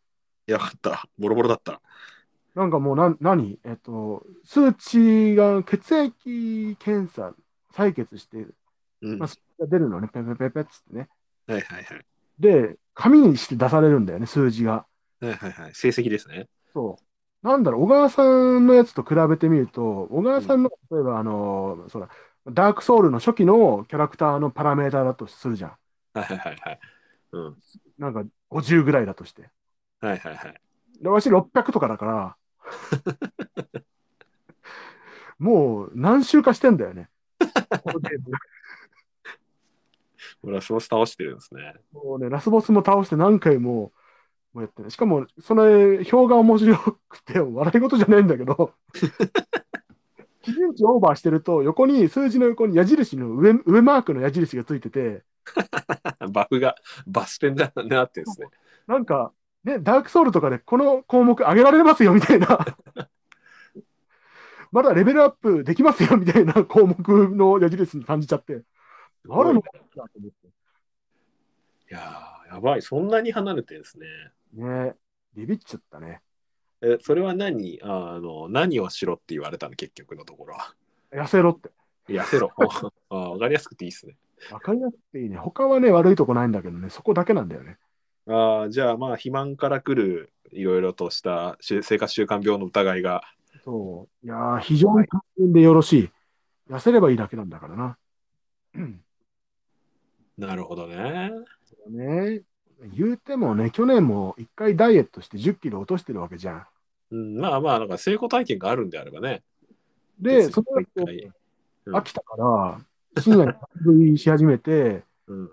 S4: やばかった。ボロボロだった。
S5: なんかもうな、何えっと、数値が血液検査、採血して、
S4: うん。
S5: ま
S4: はい
S5: あ数値が出るのね、ペペペペっつってね。
S4: はいはい。
S5: で、紙にして出されるんだよね、数字が。
S4: はいはいはい。成績ですね。
S5: そう。なんだろう、小川さんのやつと比べてみると、小川さんの、例えば、あのーそうだ、ダークソウルの初期のキャラクターのパラメーターだとするじゃん。
S4: はいはいはいはい。うん。
S5: なんか50ぐらいだとして。
S4: はいはいはい。
S5: で、わし600とかだから、もう何周かしてんだよね。このゲーム
S4: 俺はそう倒してるんですね。 *laughs*
S5: もうね、ラスボスも倒して何回ももうやってね。しかも、その表が面白くて、笑い事じゃないんだけど、基準値オーバーしてると、横に、数字の横に矢印の上、上マークの矢印がついてて、
S4: バフが、バスペンだなってんですね。
S5: なんか、ね、ダークソウルとかでこの項目上げられますよみたいな、まだレベルアップできますよみたいな項目の矢印に感じちゃって、あるのかなと思って。
S4: いやー、やばい。そんなに離れてるんですね。
S5: ねビビっちゃったね。
S4: え、それは何ああの、何をしろって言われたの、結局のところは。
S5: 痩せろって。
S4: 痩せ
S5: *laughs*
S4: ろ。あわかりやすくていいですね。
S5: わかりやすくていいね。他はね、悪いとこないんだけどね、そこだけなんだよね。
S4: ああ、じゃあまあ、肥満から来る、いろいろとしたし生活習慣病の疑いが。
S5: そう。いやー、非常に単純でよろしい。痩せればいいだけなんだからな。うん。
S4: なるほどね。
S5: ね言うてもね、去年も一回ダイエットして10キロ落としてるわけじゃん。
S4: うん、まあまあ、なんか成功体験があるんであればね。
S5: で、
S4: 別に
S5: その
S4: 一
S5: 後、
S4: 回うん
S5: 飽きたから、深夜に爆食いし始めて、
S4: うん。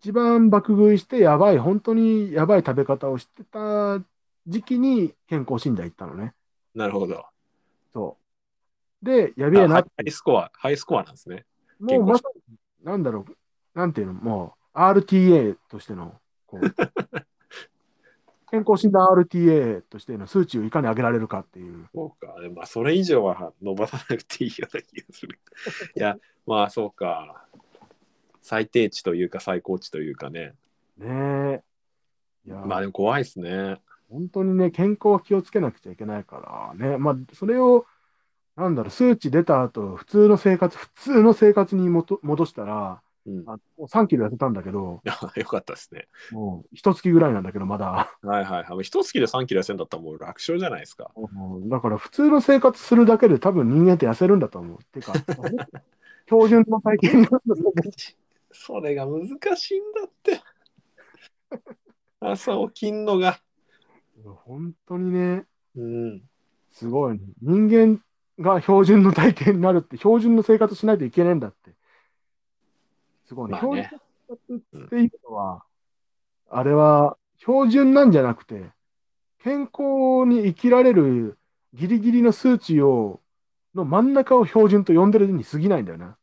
S5: 一番爆食いして、やばい、本当にやばい食べ方をしてた時期に健康診断行ったのね。
S4: なるほど。
S5: そう。で、やべえ
S4: あハイ
S5: な、
S4: ハイスコア、ハイスコアなんですね。
S5: もう
S4: 健
S5: まさに、なんだろう、なんていうの、もう RTA としての、こ *laughs* う健康診断 RTA としての数値をいかに上げられるかっていう。
S4: そうか。でまあ、それ以上は伸ばさなくていいような気が
S5: *laughs*
S4: する。いや、まあ、そうか。最低値というか、最高値というかね。
S5: ねえ。いやー
S4: まあ、でも怖いですね。
S5: 本当にね、健康は気をつけなくちゃいけないからね、まあ、それを、なんだろう、数値出た後、普通の生活、普通の生活にもと戻したら、
S4: うん。
S5: あもう3キロ痩せたんだけど、
S4: あ *laughs* よかったですね。
S5: もう一月ぐらいなんだけど、まだ。
S4: はいはいはい。もう一月で3キロ痩せんだったらもう楽勝じゃないですか。
S5: うんだから、普通の生活するだけで、多分人間って痩せるんだと思う。
S4: *laughs*
S5: てか、標準の体型になるんだと思う。
S4: それが難しいんだ *laughs* って。朝起きんのが。
S5: 本当にね、
S4: うん。
S5: すごいね、人間が標準の体型になるって、標準の生活しないといけないんだって。すごいね。
S4: まあね
S5: 標準の生活っていうのは、あれは標準なんじゃなくて、健康に生きられるギリギリの数値を、の真ん中を標準と呼んでるに過ぎないんだよな。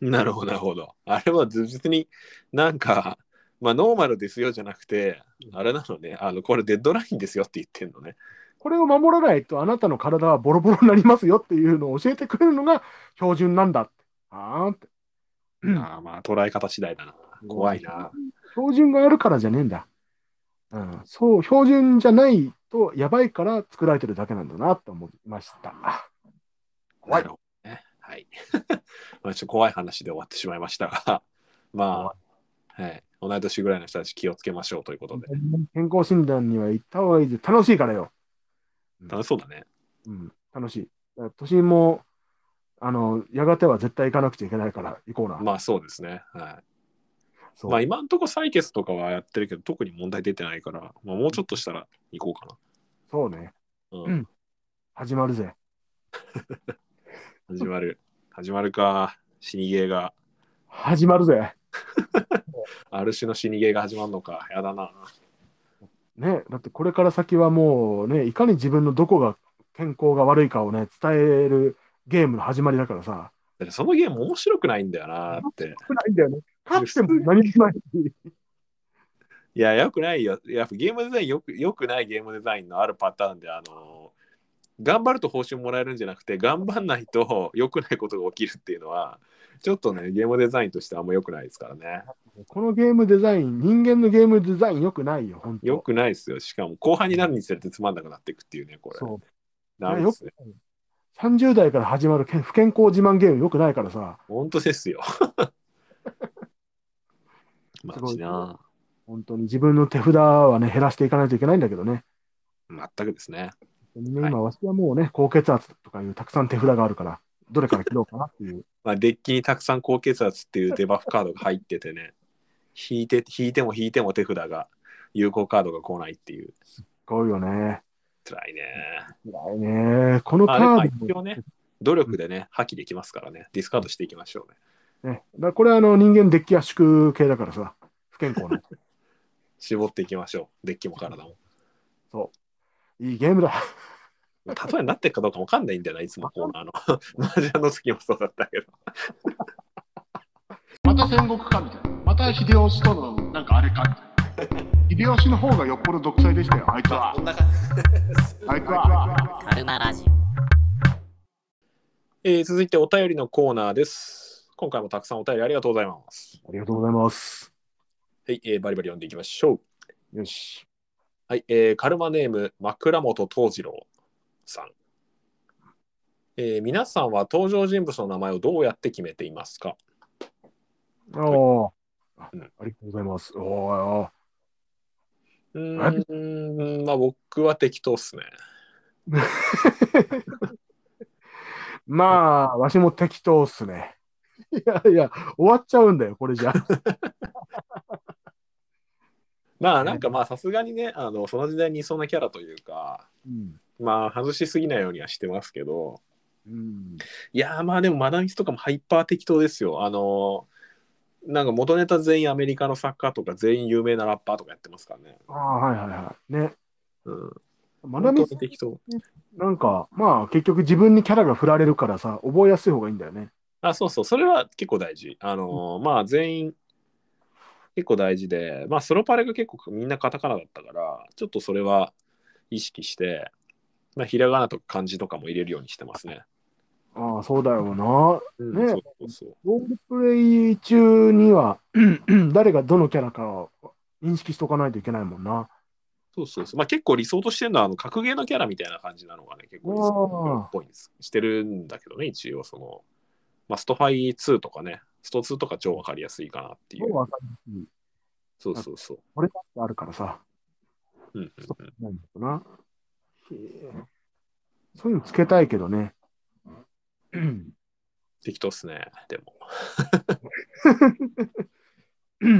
S4: なるほど、なるほど。あれは実になんか、まあ、ノーマルですよじゃなくて、あれなのね、あの、これデッドラインですよって言ってんのね。
S5: これを守らないとあなたの体はボロボロになりますよっていうのを教えてくれるのが標準なんだって。あーって。
S4: あーまあ、捉え方次第だな。怖いな。
S5: 標準があるからじゃねえんだ。うん、そう、標準じゃないとやばいから作られてるだけなんだなと思いました。怖い
S4: なるほどね。はい。 *laughs* まあ、ちょっと怖い話で終わってしまいましたが、まあ、はい。同い年ぐらいの人たち気をつけましょうということで。
S5: 健康診断には行った方がいいぜ。楽しいからよ。
S4: 楽しそうだね。
S5: うん、楽しい。都心も、あの、やがては絶対行かなくちゃいけないから行こうな。
S4: まあ、そうですね。はい。
S5: そう
S4: まあ、今んとこ採血とかはやってるけど、特に問題出てないから、まあ、もうちょっとしたら行こうか
S5: そうね。
S4: な。
S5: うん始まるぜ。
S4: 始まる。始まるか。死にゲーが、
S5: 始まるぜ。
S4: ある種の死にゲーが始まるのか。やだな。
S5: ね、だってこれから先はもうね、いかに自分のどこが健康が悪いかをね、伝えるゲームの始まりだからさ。
S4: だってそのゲーム面白くないんだよなって。
S5: ないんだよね。勝っても何もないし。
S4: いや、よくないよ。やっぱゲームデザインよく、よくないゲームデザインのあるパターンで、あの頑張ると報酬もらえるんじゃなくて、頑張んないと良くないことが起きるっていうのは、ちょっとね、ゲームデザインとしてはあんま良くないですからね。
S5: このゲームデザイン、人間のゲームデザインよくないよ、本当
S4: 良くないですよ。しかも、後半になるにつれてつまんなくなっていくっていうね、これ。
S5: そう
S4: ダメですね。
S5: 30代から始まるけん不健康自慢ゲームよくないからさ、
S4: 本当ですよ。 *laughs* マジな。
S5: 本当に自分の手札はね、減らしていかないといけないんだけどね。
S4: 全くですね。
S5: ね
S4: はい
S5: 今、わしはもうね、高血圧とかいうたくさん手札があるから、どれから切ろうかなっていう。
S4: まあ、デッキにたくさん高血圧っていうデバフカードが入っててね、引いて、引いても引いても手札が、有効カードが来ないっていう。
S5: こうよ *laughs* ね。
S4: 辛いね。
S5: 辛いね。このカ
S4: あれ、まあ
S5: ード
S4: 一応ね、努力でね、破棄できますからね、ディスカードしていきましょうね。
S5: も、ね、だからこれはあの人間デッキ圧縮系だからさ、不健 *laughs* 康な。
S4: 絞っていきましょう。デッキも体も。
S5: いいゲームだ。
S4: まあ例えになってるかどうかわかんないんだよな、いつもコーナーの。 *laughs* マージャンの時もそうだったけど。
S6: また戦国かみたいなまた秀吉とのなんかあれかみたいな秀吉の方がよっぽど独裁でしたよあいつは
S4: こんな感じ。
S6: あいつは
S3: カルマラジ
S4: えー続いてお便りのコーナーです。今回もたくさんお便りありがとうございます。
S5: ありがとうございます。
S4: はい、えーバリバリ読んでいきましょう。
S5: よし。
S4: はい、えーカルマネーム枕元藤次郎さん、えー皆さんは登場人物の名前をどうやって決めていますか
S5: おお、
S4: うん
S5: ありがとうございます。おお。
S4: うーん、まあ僕は適当っすね。
S5: まあ、わしも適当っすね。 *laughs* いやいや、終わっちゃうんだよ、これじゃ。
S4: まあなんかまあさすがにね、あのその時代にいそうなキャラというか、
S5: *laughs* うん。
S4: まあ外しすぎないようにはしてますけど、
S5: うん。
S4: いやーまあでもマダミスとかもハイパー適当ですよ。あのーなんか元ネタ全員アメリカの作家とか全員有名なラッパーとかやってますからね。
S5: ああ、はいはいはい。ね。
S4: うん。
S5: まなみ
S4: 本当に適当。
S5: なんか、まあ、結局自分にキャラが振られるからさ、覚えやすい方がいいんだよね。
S4: あ、そうそう、それは結構大事。あのーまあ、全員、結構大事で、まあ、ソロパレが結構みんなカタカナだったから、ちょっとそれは意識して、まあ、ひらがなとか漢字とかも入れるようにしてますね。
S5: ああ、そうだよな。
S4: うん、
S5: ね
S4: そうそうそう。
S5: ロールプレイ中には、 *clears throat* 誰がどのキャラかを認識しとかないといけないもんな。
S4: そうそうそうまあ、結構理想としてるのは、あの、格ゲーのキャラみたいな感じなのがね、結構理想っぽいんです。してるんだけどね、一応、その、まあ、ストファイ2とかね、スト2とか超わかりやすいかなっていう。
S5: わかるし
S4: そうそうそう。
S5: これだってあるからさ。
S4: うんうんうん
S5: なんだろうな。へえそういうのつけたいけどね。 *clears throat*
S4: 適当っすね、でも。
S5: な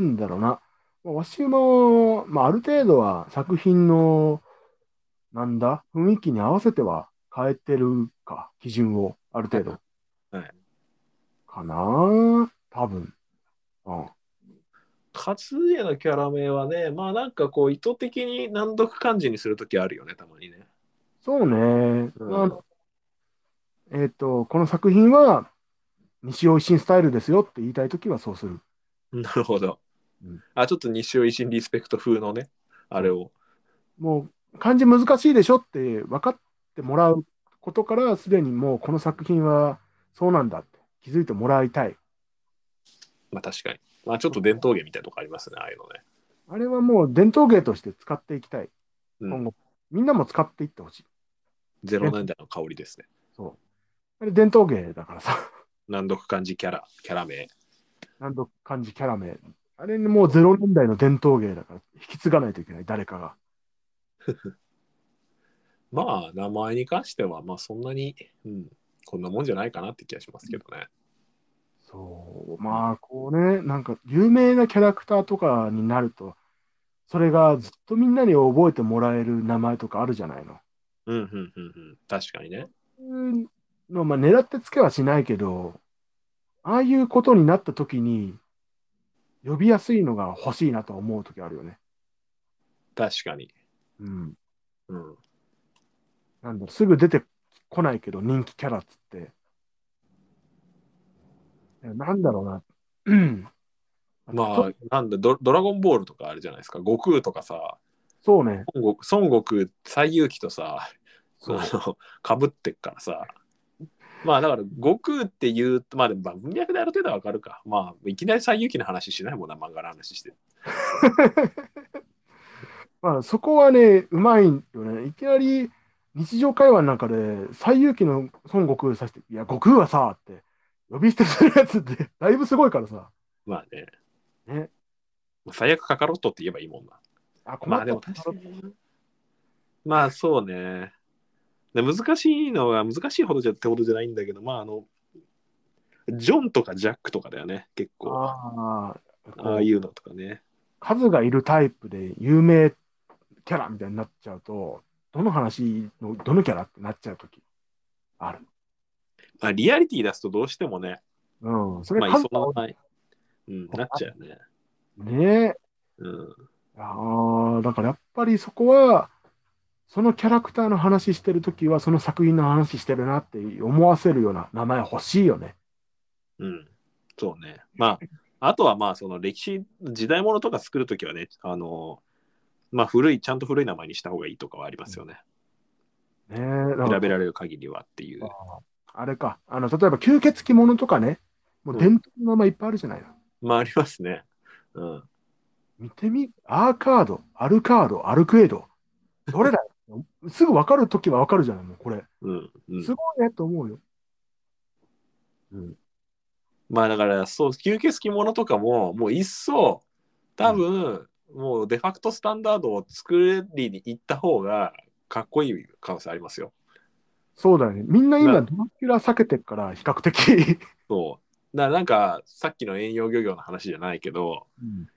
S5: んだろうな。まあわしも、まあ、ある程度は作品の、なんだ、雰囲気に合わせては変えてるか、基準を、ある程度。
S4: はい
S5: かなぁ多分。うん。
S4: 勝家のキャラ名はね、まあなんかこう意図的に難読漢字にするときあるよね、たまにね。 *laughs*
S5: そうね。
S4: うん
S5: あのえっ、と、この作品は、西尾維新スタイルですよって言いたいときはそうする。
S4: なるほど
S5: うん。
S4: あ、ちょっと西尾維新リスペクト風のね、あれを。
S5: もう、漢字難しいでしょって分かってもらうことから、すでにもうこの作品はそうなんだって気づいてもらいたい。
S4: まあ確かに。まあちょっと伝統芸みたいなとこありますね、ああいうのね。
S5: あれはもう伝統芸として使っていきたい。
S4: うん
S5: 今後、みんなも使っていってほしい。
S4: ゼロ年代の香りですね。
S5: あれ伝統芸だからさ、 *laughs*
S4: 難読漢字キャラ、キャラ名。
S5: 何度漢字キャラ名。あれにもうゼロ年代の伝統芸だから、引き継がないといけない、誰かが。
S4: まあ名前に関しては、まあそんなに、うん、こんなもんじゃないかなって気がしますけどね。
S5: そう、まあ、こうね、なんか有名なキャラクターとかになると、それがずっとみんなに覚えてもらえる名前とかあるじゃないの。
S4: うん、うん、うん、うん。確かにね。
S5: そういうの、まあ、狙ってつけはしないけど、ああいうことになった時に、呼びやすいのが欲しいなとは思う時あるよね。
S4: 確かに。
S5: うん。
S4: うん。
S5: なんだろうすぐ出てこないけど、人気キャラっつって。なんだろうな。うん
S4: まあ、なんだド、ドラゴンボールとかあれじゃないですか。悟空とかさ、
S5: そうね。
S4: 孫悟孫悟空、西遊記とさ、
S5: そう
S4: かぶってっからさ。まあだから、悟空っていうと、まあでもまあ文脈である程度はわかるか。まあ、いきなり西遊記の話しないもんな、漫画の話して。
S5: まあ、そこはね、うまいよね。いきなり日常会話の中で、西遊記の孫悟空させて、いや、悟空はさ、って、呼び捨てするやつって、 *laughs* だいぶすごいからさ。
S4: まあね。
S5: ね
S4: 最悪カカロットって言えばいいもんな。
S5: あ、困
S4: まあ
S5: っ
S4: で
S5: た
S4: も確かに。まあそうね。で難しいのは難しいほどじゃってほどじゃないんだけど、まああの、ジョンとかジャックとかだよね、結構。あ
S5: ああ、こ
S4: あ
S5: う
S4: いうのとかね。
S5: 数がいるタイプで有名キャラみたいになっちゃうと、どの話の、どのキャラってなっちゃうときある。
S4: まあ、リアリティ出すとどうしてもね、
S5: うん、それ
S4: まあ、いそ
S5: 数が
S4: の
S5: 多い
S4: ない、うん、なっちゃうね。
S5: ね。
S4: うん。
S5: ああ、だからやっぱりそこは、そのキャラクターの話してるときは、その作品の話してるなって思わせるような名前欲しいよね。
S4: うん。そうね。まあ、あとはまあ、その歴史、時代物とか作るときはね、あの、まあ古い、ちゃんと古い名前にした方がいいとかはありますよね。
S5: ねえ、だから
S4: 調べられる限りはっていう。
S5: あれか、あの、例えば吸血鬼物とかね、もう伝統の名前いっぱいあるじゃないの。
S4: まあありますね。うん。
S5: 見てみ、アーカード、アルカード、アルクエド。どれだよすぐ分かるときは分かるじゃないもうこれ。
S4: うん。うん
S5: すごいねと思うよ。
S4: まあだからそう吸血鬼ものとかももう一層多分、もうデファクトスタンダードを作りに行った方がかっこいい可能性ありますよ。
S5: そうだよね。みんな今、
S4: な
S5: ドラキュラ避けてるから、比較的。 *laughs*
S4: そうだからなんかさっきの遠洋漁業の話じゃないけど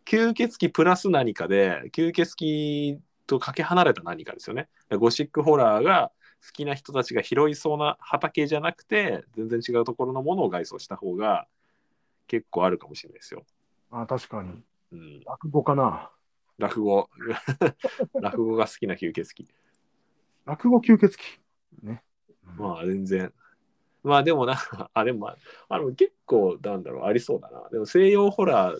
S4: 吸血鬼プラス何かで吸血鬼とかけ離れた何かですよね。ゴシックホラーが好きな人たちが拾いそうな畑じゃなくて全然違うところのものを外装した方が結構あるかもしれないですよ。
S5: あ、確かに。
S4: うん
S5: 落語かな。
S4: 落語 *laughs* 落語が好きな吸血鬼
S5: 落語吸血鬼。ね。
S4: まあ全然まあでもな *laughs* あでもまああの結構なんだろうありそうだなでも西洋ホラー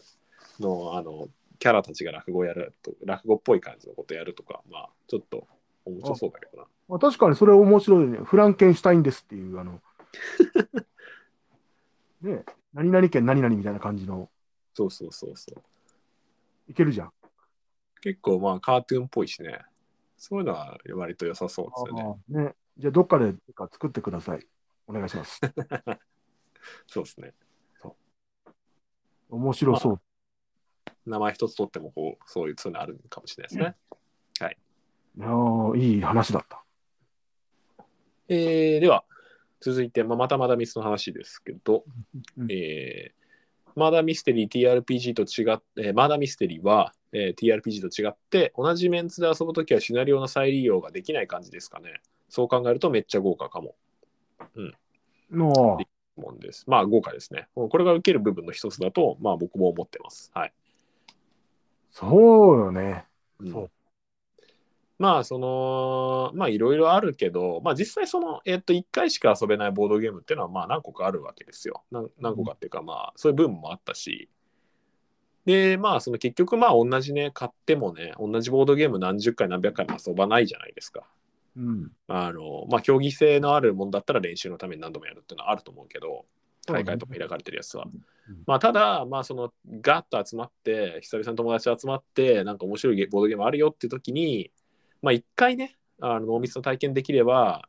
S4: のあのキャラたちが落語やると落語っぽい感じのことやるとかまあちょっと面白そうだけどな
S5: まあ、確かにそれ面白いね。フランケンシュタインですっていう、
S4: *laughs*
S5: あの、ねえ、何々県何々みたいな感じの、
S4: そうそうそうそう
S5: いけるじゃん。
S4: 結構まあカートゥーンっぽいしねそういうのは割と良さそうですよね
S5: あーねじゃあ、どっかでなんか作ってください。お願いします。
S4: *laughs* そうですね
S5: 面白そう。
S4: 名前一つ取ってもこうそういうそういうのあるかもしれないですね、
S5: いやーいい話だった。
S4: えーでは、続いて、まあ、またまだミスの話ですけど、
S5: うん
S4: えーまだミステリー、TRPG と違って、えーまだミステリーは、えー TRPG と違って、同じメンツで遊ぶときはシナリオの再利用ができない感じですかね。そう考えるとめっちゃ豪華かも。
S5: の
S4: もんです。まあ、豪華ですね。これが受ける部分の一つだと、まあ、僕も思ってます。はい。
S5: そうよね。
S4: うん
S5: そう
S4: まあ、その、まあ、いろいろあるけど、まあ、実際、その、えっと、1回しか遊べないボードゲームっていうのは、まあ、何個かあるわけですよ。なん何個かっていうか、まあ、そういう分もあったし、で、まあ、その結局、まあ、同じね、買ってもね、同じボードゲーム何十回何百回も遊ばないじゃないですか。
S5: うん。
S4: あの、まあ、競技性のあるもんだったら練習のために何度もやるっていうのはあると思うけど、大会とか開かれてるやつは。
S5: ん
S4: まあ、ただ、まあ、その、ガッと集まって、久々に友達集まって、なんか面白いゲボードゲームあるよっていう時に、まあ、一回ね、あの、脳密の体験できれば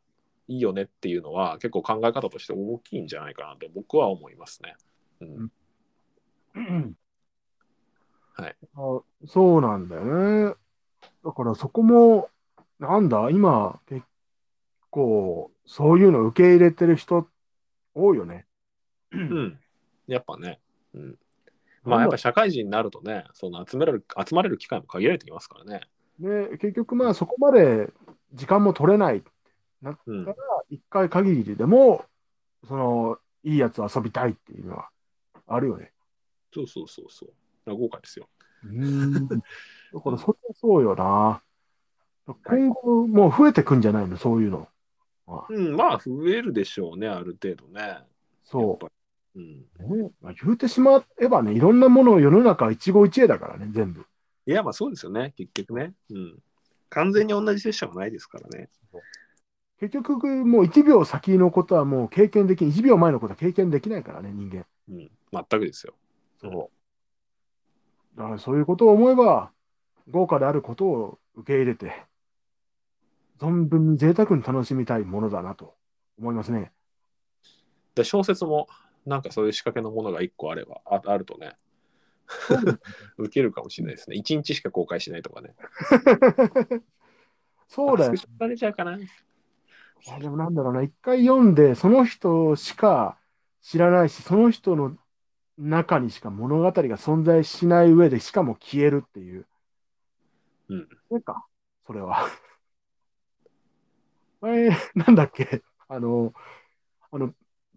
S4: いいよねっていうのは、結構考え方として大きいんじゃないかなと僕は思いますね。うん。はい。
S5: あそうなんだよね。だからそこも、なんだ、今、結構、そういうの受け入れてる人、多いよね。
S4: うん。やっぱね。うん。まあ、やっぱ社会人になるとね、その集められる、集まれる機会も限られてきますからね。
S5: ね、結局まあそこまで時間も取れない。
S4: うん。
S5: 一回限りでも、その、いいやつ遊びたいっていうのはあるよね。
S4: そうそうそうそう。だから豪華ですよ。
S5: うん。だからそれはそうよな。今後、もう増えてくんじゃないの、そういうの。
S4: うん、まあ増えるでしょうね、ある程度ね。
S5: そう。
S4: う。うん。
S5: ねまあ、言うてしまえばね、いろんなものを世の中は一期一会だからね、全部。
S4: いや、まあそうですよね、結局ね。うん。完全に同じ拙者はないですからね。
S5: 結局、もう1秒先のことはもう経験できん、1秒前のことは経験できないからね、人間。
S4: うん。全くですよ。
S5: そう。だからそういうことを思えば、豪華であることを受け入れて、存分に贅沢に楽しみたいものだなと思いますね。
S4: で小説も、なんかそういう仕掛けのものが一個あれば、ああるとね、 *laughs* 受けるかもしれないですね。一日しか公開しないとかね。
S5: そうだ
S4: あ
S5: よ
S4: スク。ショされちゃうかな。
S5: いやでもなんだろうな、一回読んで、その人しか知らないし、その人の中にしか物語が存在しない上で、しかも消えるっていう。
S4: うん。
S5: それか、それは。 *laughs* 前、なんだっけ、あの、あの、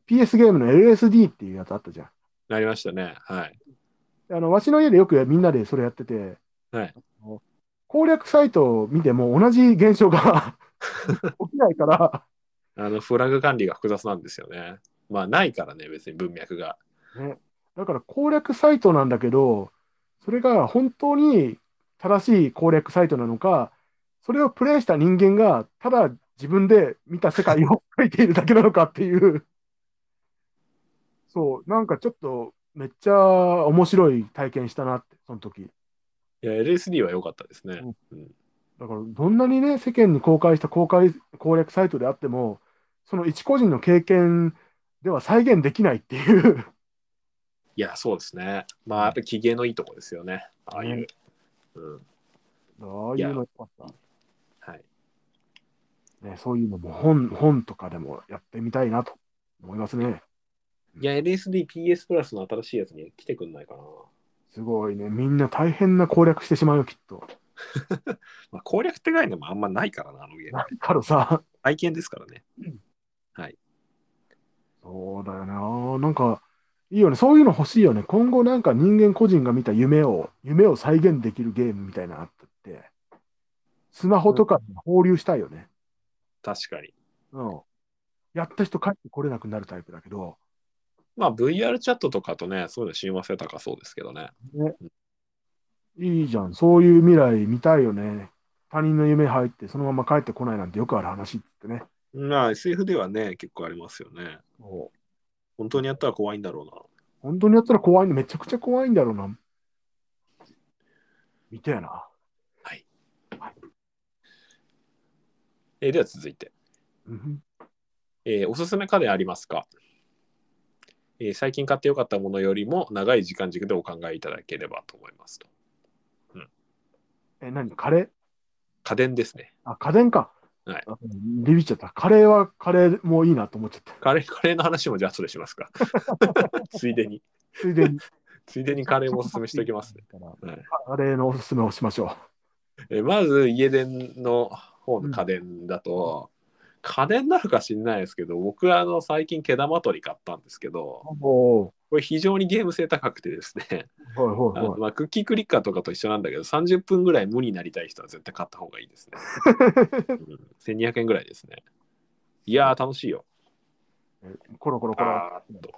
S5: PS ゲームの LSD っていうやつあったじゃん。
S4: なりましたね。はい。
S5: あの、わしの家でよくみんなでそれやってて、
S4: はい
S5: あの攻略サイトを見ても同じ現
S4: *laughs*
S5: 象が起きないから、
S4: あの、フラグ管理が複雑なんですよね。まあないからね、別に文脈が。
S5: だから攻略サイトなんだけど、それが本当に正しい攻略サイトなのか、それをプレイした人間がただ自分で見た世界を描いているだけなのかっていう、そう、なんかちょっとめっちゃ面白い体験したなって、その時。
S4: いや、LSD は良かったですね。うん。
S5: だから、どんなにね、世間に公開した公開攻略サイトであっても、その一個人の経験では再現できないっていう、 *laughs*
S4: いや、そうですね。まあ、やっぱり機嫌のいいとこですよね。ああいう。うん。
S5: ああいうのよかっ
S4: はい。
S5: た。ね、そういうのも本本とかでもやってみたいなと思いますね。
S4: いや、LSD、PS プラスの新しいやつに来てくんないかな。
S5: すごいね、みんな大変な攻略してしまうよ、きっと。
S4: まあ、攻略って概念もあんまないからな、あのゲーム。
S5: だからさ、
S4: 体験ですからね。
S5: そうだよな、なんか、いいよね、そういうの欲しいよね。今後、なんか人間個人が見た夢を、夢を再現できるゲームみたいなのあったって、スマホとかに放流したいよね。
S4: 確かに。
S5: うん。やった人帰ってこれなくなるタイプだけど、
S4: まあ、VR チャットとかとね、そういうの親和性高そうですけどね。
S5: いいじゃん、そういう未来見たいよね。他人の夢入って、そのまま帰ってこないなんてよくある話ってね。
S4: まあ、SF ではね、結構ありますよね。本当にやったら怖いんだろ
S5: 本当にやったら怖いの、めちゃくちゃ怖いんだろうな。見てえな。
S4: うな。えーでは続いて、
S5: うん
S4: えーおすすめ家電ありますか、えー最近買ってよかったものよりも長い時間軸でお考えいただければと思いますと。
S5: え、何カレー
S4: 家電ですね。
S5: あ、家電か。
S4: はい
S5: あビビっちゃった。カレーはカレーもいいなと思っちゃった。
S4: カレー、カレーの話もじゃあ後でしますか。 *laughs* ついでに。
S5: ついでに。
S4: ついで *laughs* にカレーもおすすめしておきますね。はい
S5: カレーのおすすめをしましょ
S4: えまず家電の方の家電だと、家電なのか知んないですけど僕はあの最近毛玉取り買ったんですけど
S5: う。お
S4: これ非常にゲーム性高くてですね
S5: ーはい
S4: あ
S5: はい
S4: の、
S5: はい。
S4: まあ、クッキークリッカーとかと一緒なんだけど30分ぐらい無になりたい人は絶対買った方がいい *laughs* ですね、うん、1200円ぐらいですねいやー楽しいよ
S5: コロコロコロ。
S4: あーっと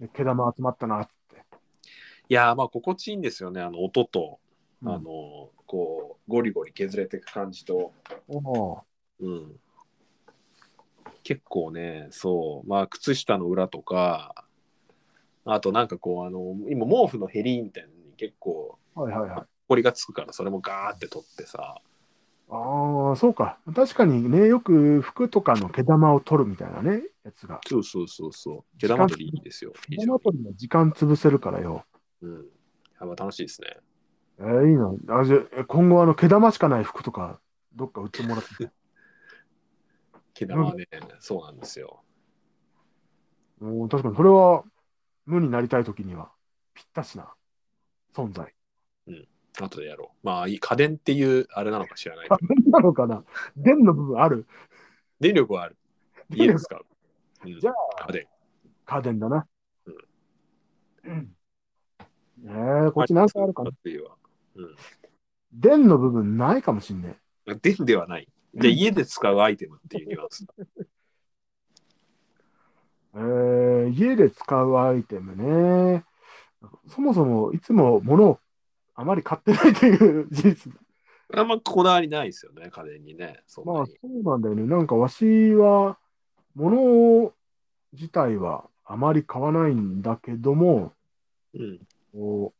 S5: で毛玉集まったなっつって。
S4: いやーまあ心地いいんですよねあの音と、
S5: うん
S4: あのこうゴリゴリ削れていく感じと、
S5: お
S4: うん、結構ねそうまあ靴下の裏とかあとなんかこうあの今毛布のヘリみたいなのに結構
S5: ーはいはいはい。
S4: 埃がつくからそれもガーって取ってさ
S5: ああ、そうか。確かにね、よく服とかの毛玉を取るみたいなね、やつが。
S4: そうそうそうそう毛玉取りいいんですよ非
S5: 毛
S4: 常
S5: 玉
S4: に、
S5: 取りも時間潰せるからよ。
S4: うん、やっぱ楽しいですね
S5: えーいいな。あじゃあ今後、あの、毛玉しかない服とか、どっか売ってもらって。
S4: 毛玉はね、そうなんですよ
S5: おー確かに、それは、無になりたいときには、ぴったしな存在。
S4: 後でやろうまあいい家電っていうあれなのか知らないけ
S5: あ
S4: ど、
S5: 何なのかな電の部分ある。
S4: 電力はある家ですか、うん、
S5: じゃ
S4: あ家電
S5: 家電だな。
S4: うん
S5: うんねえこっちなんかあるかな
S4: 次は
S5: 電の部分ないかもしんね
S4: 電ではない。で、家で使うアイテムっていうニュアンス。
S5: えー家で使うアイテムね。そもそもいつも物をあまり買ってないという事実。
S4: あんまこだわりないですよね、家電にね。そん
S5: ま
S4: な
S5: あ
S4: に。
S5: そうなんだよね。なんかわしは物自体はあまり買わないんだけども、
S4: うん。
S5: こ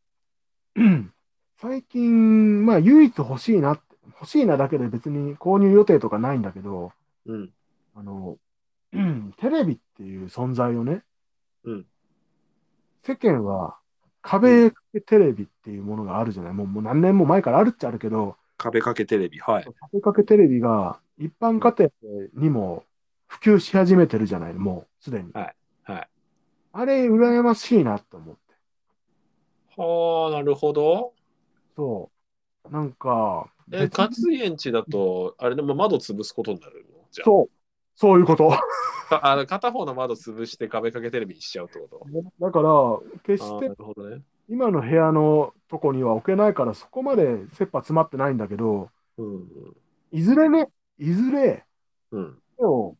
S5: う *clears throat* 最近、まあ唯一欲しいなって、欲しいなだけで別に購入予定とかないんだけど、
S4: うん。
S5: あの、テレビっていう存在をね、
S4: うん
S5: 世間は壁掛けテレビっていうものがあるじゃない、もうもう何年も前からあるっちゃあるけど、
S4: 壁掛けテレビ、はい。
S5: 壁掛けテレビが一般家庭にも普及し始めてるじゃない、もうすでに。
S4: はいはい
S5: あれ、羨ましいなと思って。
S4: はあ、なるほど。
S5: そう。なんか、
S4: え、
S5: 別に
S4: 活園地だと、あれでも窓潰すことになるのじゃ
S5: そう、そういう
S4: *laughs*
S5: こと。
S4: あかあの。片方の窓潰して壁掛けテレビにしちゃうってこと
S5: だから、決
S4: あ
S5: し
S4: ーな
S5: て
S4: るほどね。
S5: 今の部屋のとこには置けないから、そこまで切羽詰まってないんだけど、
S4: うんうん。
S5: いずれね、いずれ、
S4: うん。
S5: 家を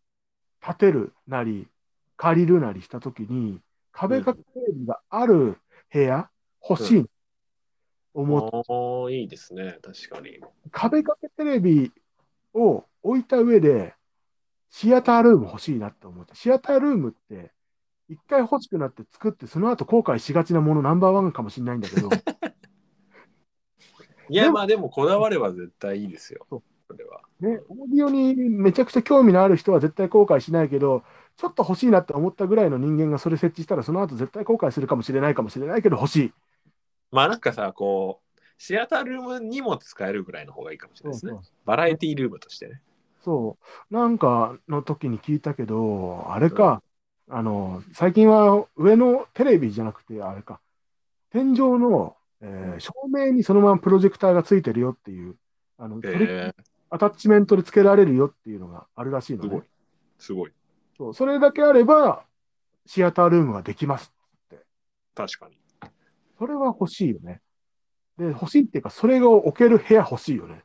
S5: 建てるなり、借りるなりしたときに、壁掛けテレビがある部屋、欲しい、思っ
S4: ああ、いいですね。確かに。
S5: 壁掛けテレビを置いた上で、シアタールーム欲しいなって思って、シアタールームって、一回欲しくなって作って、その後後悔しがちなものナンバーワンかもしれないんだけど、
S4: い
S5: で
S4: や、
S5: も
S4: まあでもこだわれば絶対いいですよ。
S5: そ
S4: それは。
S5: ね、オーディオにめちゃくちゃ興味のある人は絶対後悔しないけど、ちょっと欲しいなって思ったぐらいの人間がそれ設置したら、その後絶対後悔するかもしれないかもしれないけど、欲しい。
S4: まあなんかさ、こう、シアタールームにも使えるぐらいの方がいいかもしれないですね
S5: そう。
S4: バラエティルームとしてね。
S5: そう、なんかの時に聞いたけど、あれか、あの、最近は上のテレビじゃなくて、あれか、天井の、えー照明にそのままプロジェクターがついてるよっていう、あの、取り
S4: え
S5: アタッチメントでつけられるよっていうのがあるらしい
S4: ー
S5: の
S4: す
S5: で、
S4: ごい。すごい。
S5: そう、それだけあれば、シアタールームができます。
S4: 確かに。
S5: それは欲しいよね。で、欲しいっていうか、それを置ける部屋欲しいよね。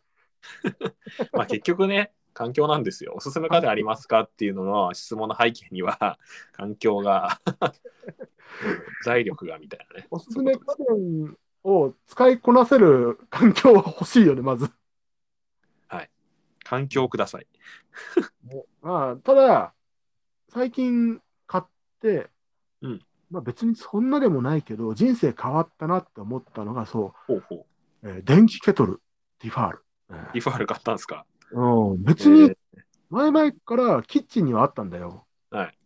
S4: まあ結局ね、環境なんですよ。おすすめ家電ありますかっていうのの質問の背景には、 *laughs* 環境が、うん財力がみたいなね。
S5: おすすめ家電を使いこなせる環境は欲しいよね、まず。
S4: 環境をください。
S5: まあ、ただ、最近買って、
S4: うん
S5: まあ、別にそんなでもないけど、人生変わったなって思ったのが、そ
S4: ほうほ
S5: う、えー電気ケトル、ティファール。
S4: う。リファール買ったんですか
S5: うん、別
S4: え
S5: に
S4: ー
S5: 前々からキッチンにはあったんだよ。
S4: はい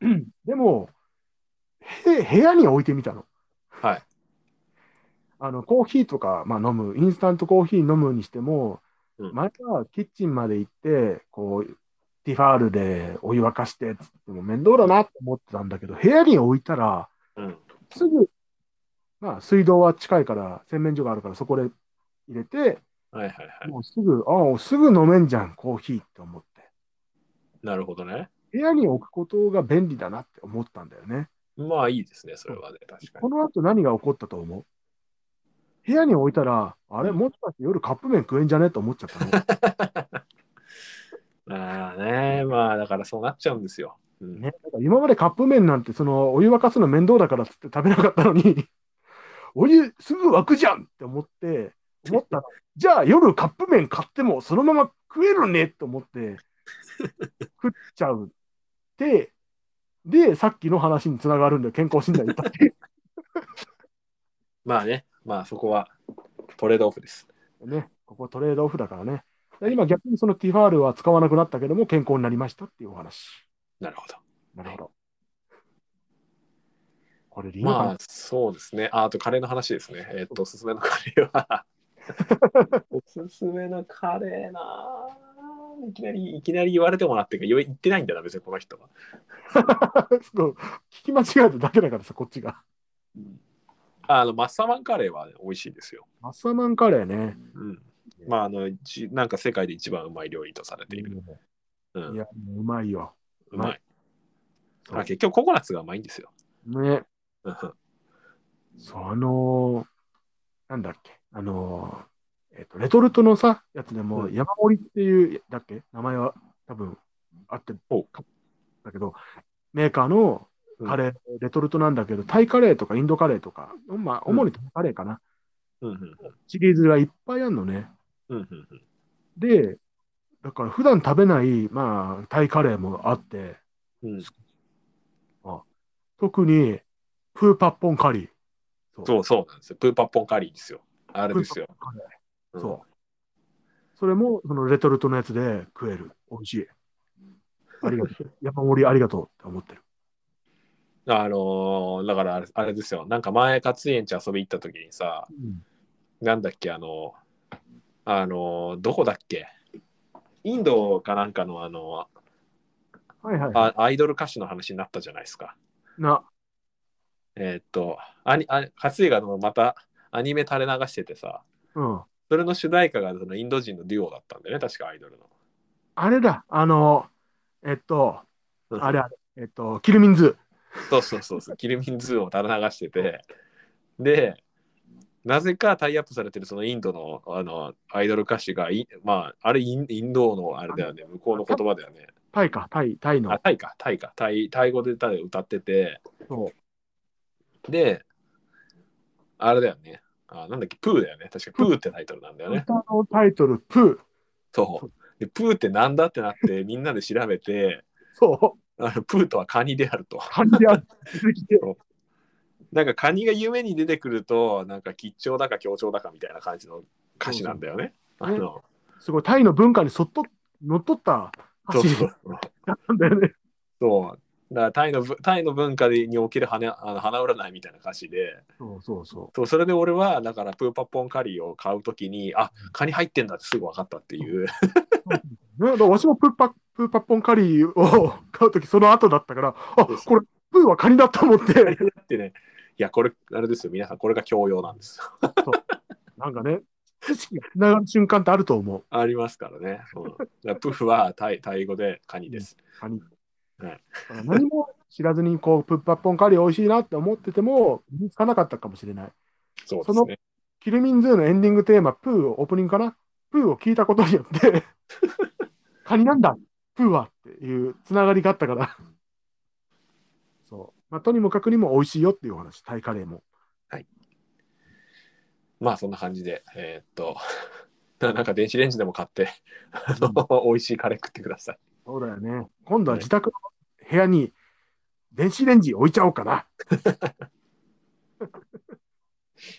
S5: うん。 *clears throat* でも、へ部屋に置いてみたの。
S4: はい。
S5: あのコーヒーとか、まあ、飲む、インスタントコーヒー飲むにしても、
S4: うん
S5: 前はキッチンまで行って、こう、ティファールでお湯沸かしてっつっても面倒だなと思ってたんだけど、部屋に置いたら、
S4: うん。
S5: すぐ、まあ、水道は近いから、洗面所があるから、そこで入れて、
S4: はいはいはい。
S5: もうすぐ、ああ、すぐ飲めんじゃん、コーヒーって思って。
S4: なるほどね。
S5: 部屋に置くことが便利だなって思ったんだよね。
S4: まあいいですね、それはね。確か
S5: こ
S4: に。
S5: の後何が起こったと思う部屋に置いたら、あれ、もしかして夜カップ麺食えんじゃねと思っちゃったの。
S4: まあね、まあだからそうなっちゃうんですよ。うん
S5: ね、なんか今までカップ麺なんてそのお湯沸かすの面倒だからっつって食べなかったのに *laughs* お湯すぐ沸くじゃんって思って、思ったら、じゃあ夜カップ麺買ってもそのまま食えるねと思って、食っちゃう。で、で、さっきの話につながるんで、健康診断に行ったっていう
S4: まあね、まあそこはトレードオフです。
S5: ね、 *laughs* ここトレードオフだからね。で今逆にそのティファールは使わなくなったけども、健康になりましたっていうお話。
S4: なるほど。
S5: なるほど。これでいいのかな、
S4: まあそうですね。ああとカレーの話ですね。えっと、おすすめのカレーはおすすめのカレーなぁいきなり、いきなり言われてもらってるから言え言ってないんだな、別にこの人は。
S5: そう聞き間違えただけだからさ、こっちが。
S4: あの、マッサマンカレーはね、美味しいですよ。
S5: マッサマンカレーね。
S4: うん。まあ、あの、じなんか世界で一番うまい料理とされている。う
S5: い
S4: ん。
S5: や、うまいよ。
S4: うまい。
S5: そう
S4: あ結局ココナッツがうまいんですよ。
S5: ね。
S4: うんうん
S5: そう、あのーなんだっけ、あのーえっ、と、レトルトのさ、やつでも、
S4: うん
S5: 山盛りっていう、だっけ、名前は多分あって
S4: お
S5: かだけど、メーカーのカレー、レトルトなんだけど、タイカレーとかインドカレーとか、まあ、主にタイカレーかな、
S4: うんうん
S5: シリーズがいっぱいあるのね。
S4: うんうんうん
S5: で、だから普段食べない、まあ、タイカレーもあって、
S4: うん
S5: 特に、プーパッポンカリー。
S4: そうそうなんですよ。プーパッポンカリーですよ。あれですよ。うん
S5: そう。それも、そのレトルトのやつで食える。美味しい。ありが
S4: *laughs*
S5: とう。山盛りありがとうって思ってる。
S4: あのーだからあれあれですよ。なんか前、勝家んち遊び行った時にさ、なんだっけ、あのーあのーどこだっけインドかなんかの、あの
S5: はいはい
S4: ーあアイドル歌手の話になったじゃないですか。
S5: な、
S4: えーっと、アニあ勝家があのまたアニメ垂れ流しててさ、
S5: うん。
S4: それの主題歌がそのインド人のデュオだったんだよね、確かアイドルの。
S5: あれだ、あの、えっと、
S4: うん
S5: あれあれ、えっと、キルミンズ。
S4: そうそうそうそう、キルミンズーを垂れ流してて、で、なぜかタイアップされてるそのインドのあのアイドル歌手がい、まあ、あれインインドのあれだよね、向こうの言葉だよね。
S5: タイか、タイ、タイの
S4: あ、。タイか、タイか、タイタイ語で歌で歌ってて、
S5: そ
S4: で、あれだよね、あなんだっけ、プーだよね、確かプーってタイトルなんだよ
S5: う。
S4: ね。
S5: 歌のタイトル、プ
S4: そうでプーってなんだってなって、 *laughs* みんなで調べて、
S5: ー。そう。
S4: あのプーとはカニであると。 *laughs*
S5: 感じあって
S4: なんかカニが夢に出てくるとなんか吉兆だか強調だかみたいな感じの歌詞なんだよね。
S5: そう
S4: あ
S5: そう
S4: の
S5: すごい、タイの文化にそっと、乗っ取った
S4: そう
S5: 走り
S4: そうそう
S5: だったんだよね。
S4: そうだからタイのぶタイの文化における花あの花占いみたいな歌詞で
S5: そうそうそ
S4: そうそれで俺はだからプーパッポンカリーを買うときにあカニ入ってんだってすぐ分かったっていう *laughs*
S5: う。ね、だからわしもプーパプーパッポンカリーを *laughs* 買うとき、その後だったから、あ
S4: そうそう
S5: これ、プーはカニだと思って、
S4: ってねいやこれあれですよ皆さんこれが教養なんですよ
S5: *laughs*
S4: *laughs*
S5: なんかね、知識がつながる瞬間ってあると思う。
S4: ありますからね、うん、だからプーはタイタイ語でカニです。
S5: カニ。
S4: はい
S5: だから何も知らずに、こう、プーパッポンカリー美味しいなって思ってても、身につかなかったかもしれない。
S4: そうで
S5: そ
S4: す
S5: の
S4: ね。
S5: キルミンズーのエンディングテーマ、プーを、オープニングかなプーを聞いたことによ *laughs* って、カニなんだ、プーはっていうつながりがあったから。そう。まあ、とにもかくにも美味しいよっていうお話、タイカレーも。
S4: まあそんな感じで、えーっと、 *laughs* ななんか電子レンジでも買って、あの美味しいカレー食ってください。
S5: そうだよね。今度は自宅の部屋に電子レンジ置いちゃおうかな。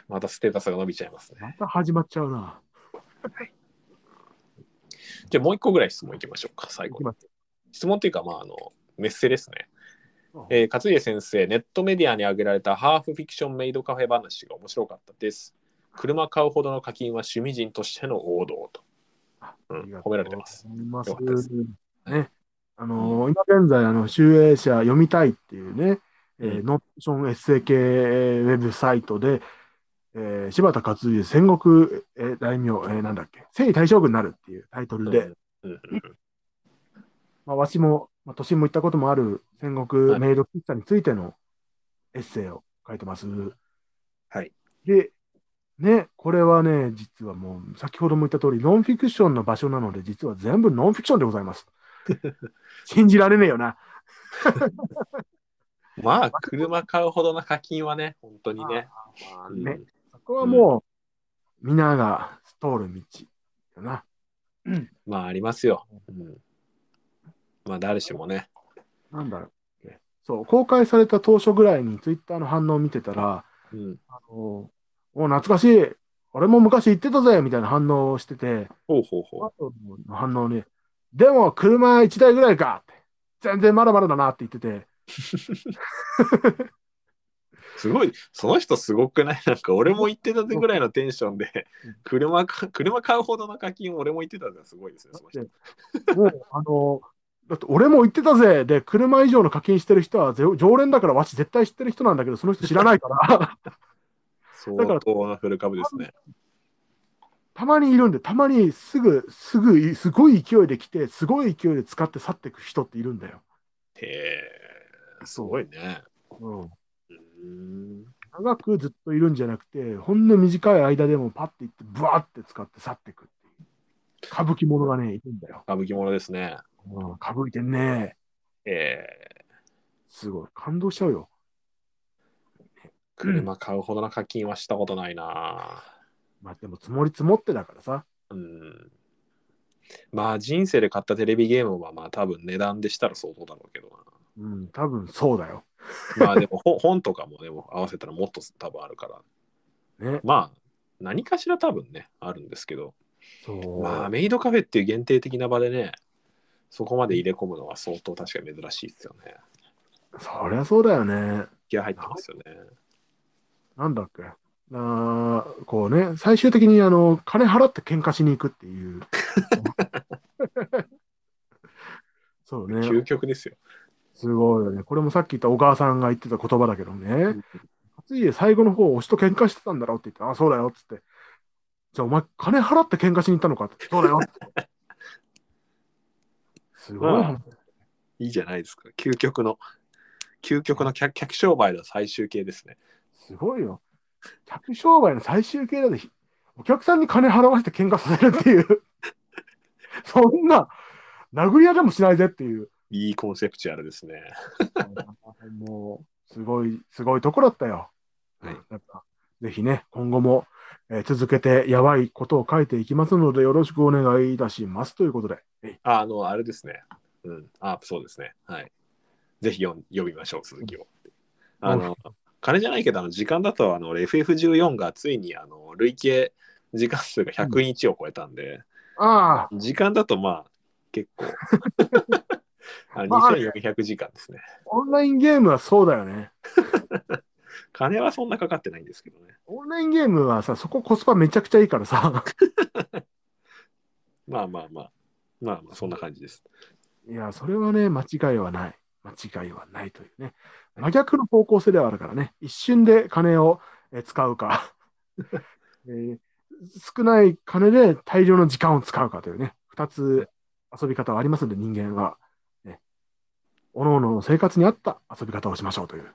S4: またステータスが伸びちゃいます
S5: ま
S4: ね。
S5: た始まっちゃうな。
S4: じゃあもう一個ぐらい質問いきましょうか、最
S5: い
S4: 後
S5: き。ます。
S4: 質問というか、まあ、あの、メッセですね
S5: うん。
S4: えー、勝家先生、ネットメディアに挙げられたハーフフィクションメイドカフェ話が面白かったです。車買うほどの課金は趣味人としての王道と。う
S5: あり
S4: ん
S5: が、と
S4: 褒め
S5: うご
S4: られ
S5: ざい
S4: てます。
S5: ます
S4: よかったです
S5: ね、あのー今現在、あの、集英社読みたいっていうね、えー
S4: うん
S5: ノンフィクションエッセイ系ウェブサイトで、えー柴田勝家戦国、えー大名、えーなんだっけ、征夷大将軍になるっていうタイトルで、
S4: うんうんうん
S5: まあ、わしも、まあ、都心も行ったこともある戦国メイド喫茶についてのエッセイを書いてます。
S4: はい。
S5: で、ね、これはね、実はもう、先ほども言った通り、ノンフィクションの場所なので、実は全部ノンフィクションでございます。信じられねえよな。
S4: まあ、車買うほどの課金はね、本当にね。うん
S5: ねそこはもう、皆が通る道だな。
S4: まあ、ありますよ。うん、まあ、誰しもね。
S5: なんだろう。そう、公開された当初ぐらいにツイッターの反応を見てたら、
S4: うん、
S5: あのお懐かしい俺も昔行ってたぜみたいな反応をしてて、
S4: ほうほうほう
S5: あ。との反応に、でも車1台ぐらいかって、全然まだまだだなって言ってて、
S4: すごい、その人すごくない *laughs* なんか、俺も言ってたぜぐらいのテンションで、車か、車買うほどの課金を俺も言ってたぜ、すごいですね、その人。
S5: もう、あの、だって俺も行ってたぜで、車以上の課金してる人はぜ常連だから、わし絶対知ってる人なんだけど、その人知らないから、 *laughs* だから
S4: 相当なフル株ですね。
S5: たまにいるんで、たまにすぐ、すぐ、すごい勢いで来て、すごい勢いで使って去っていく人っているんだよ。
S4: へえ、すごいね。
S5: うん、
S4: うん
S5: 長くずっといるんじゃなくて、ほんの短い間でもパッて行って、ブワーって使って去っていくっていう。歌舞伎者がね、いるんだよ。
S4: 歌舞伎者ですね。
S5: うん、歌舞伎てんね。
S4: ええ
S5: すごい。感動しちゃうよ。
S4: 車買うほどの課金はしたことないな。
S5: まあでも積もり積もってだからさ。
S4: うん。まあ人生で買ったテレビゲームはまあ多分値段でしたら相当だろうけど
S5: うん、多分そうだよ。
S4: な。まあでもほ *laughs* 本とかもでも合わせたらもっと多分あるから。
S5: ね。
S4: まあ何かしら多分ね、あるんですけど。
S5: そう。
S4: まあメイドカフェっていう限定的な場でね、そこまで入れ込むのは相当確かに珍しいですよね。
S5: そりゃそうだよね。
S4: 気合入ってますよね。
S5: なんだっけ。あーこうね、最終的にあの金払って喧嘩しに行くっ
S4: *laughs*
S5: ていう。そう
S4: 究
S5: ね。
S4: 極ですよ。
S5: すごいよね。これもさっき言った小川さんが言ってた言葉だけどね。ついで最後の方、推しと喧嘩してたんだろうって言って、あ、そうだよっつって。じゃあお前、金払って喧嘩しに行ったのかって。そうだよっつって。すごい話。
S4: いいじゃないですか。究極の、究極の客客商売の最終形ですね。
S5: すごいよ。客商売の最終形だぜ。お客さんに金払わせて喧嘩させるっていう。そんな、殴り合いでもしないぜっていう。
S4: いいコンセプチュアルですね。
S5: もう、すごい、すごいとこだったよ。
S4: はい
S5: やっぱぜひね、今後も、えー続けてやばいことを書いていきますので、よろしくお願いいたしますということで。えい
S4: ああの、あれですね。うん。あそうですね。はい。ぜひ読ん読みましょう、続きを。あの、金じゃないけど、あの時間だと、あの、俺 FF14 がついに、あの、累計時間数が100日を超えたんで、
S5: ああ、
S4: 時間だと、まあ、結 *laughs* 構。あの
S5: まあ
S4: 2400時間ですね。
S5: オンラインゲームはそうだよね。
S4: 金はそんなかかってないんですけどね。
S5: オンラインゲームはさ、そこコスパめちゃくちゃいいからさ。
S4: まあまあまあ、まあまあ、そんな感じです。
S5: いや、それはね、間違いはない。間違いはないというね。真逆の方向性ではあるからね、一瞬で金をえー使うか、 *laughs* えー少ない金で大量の時間を使うかというね、2つ遊び方はありますので、人間は。ね、おのの生活に合った遊び方をしましょうという。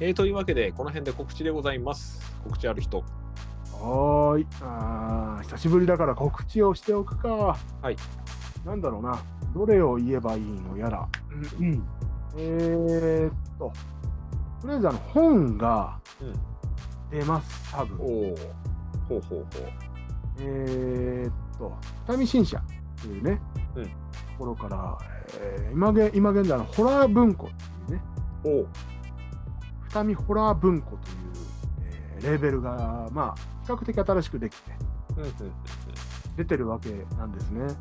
S4: えーというわけで、この辺で告知でございます。告知ある人。
S5: はーい。あー久しぶりだから告知をしておくか。
S4: はい。
S5: なんだろうな。どれを言えばいいのやら。えーっと、とりあえずあの本が
S4: うん
S5: 出ます、多分。
S4: おお。ほうほうほう。
S5: えーっと、北見新社っていうね、
S4: うん
S5: ところから、えー今現今現在のホラー文庫っていうね、
S4: おう
S5: 二見ホラー文庫という、えーレーベルが、まあ、比較的新しくできて
S4: うんうん
S5: 出てるわけなんですね。
S4: うんうん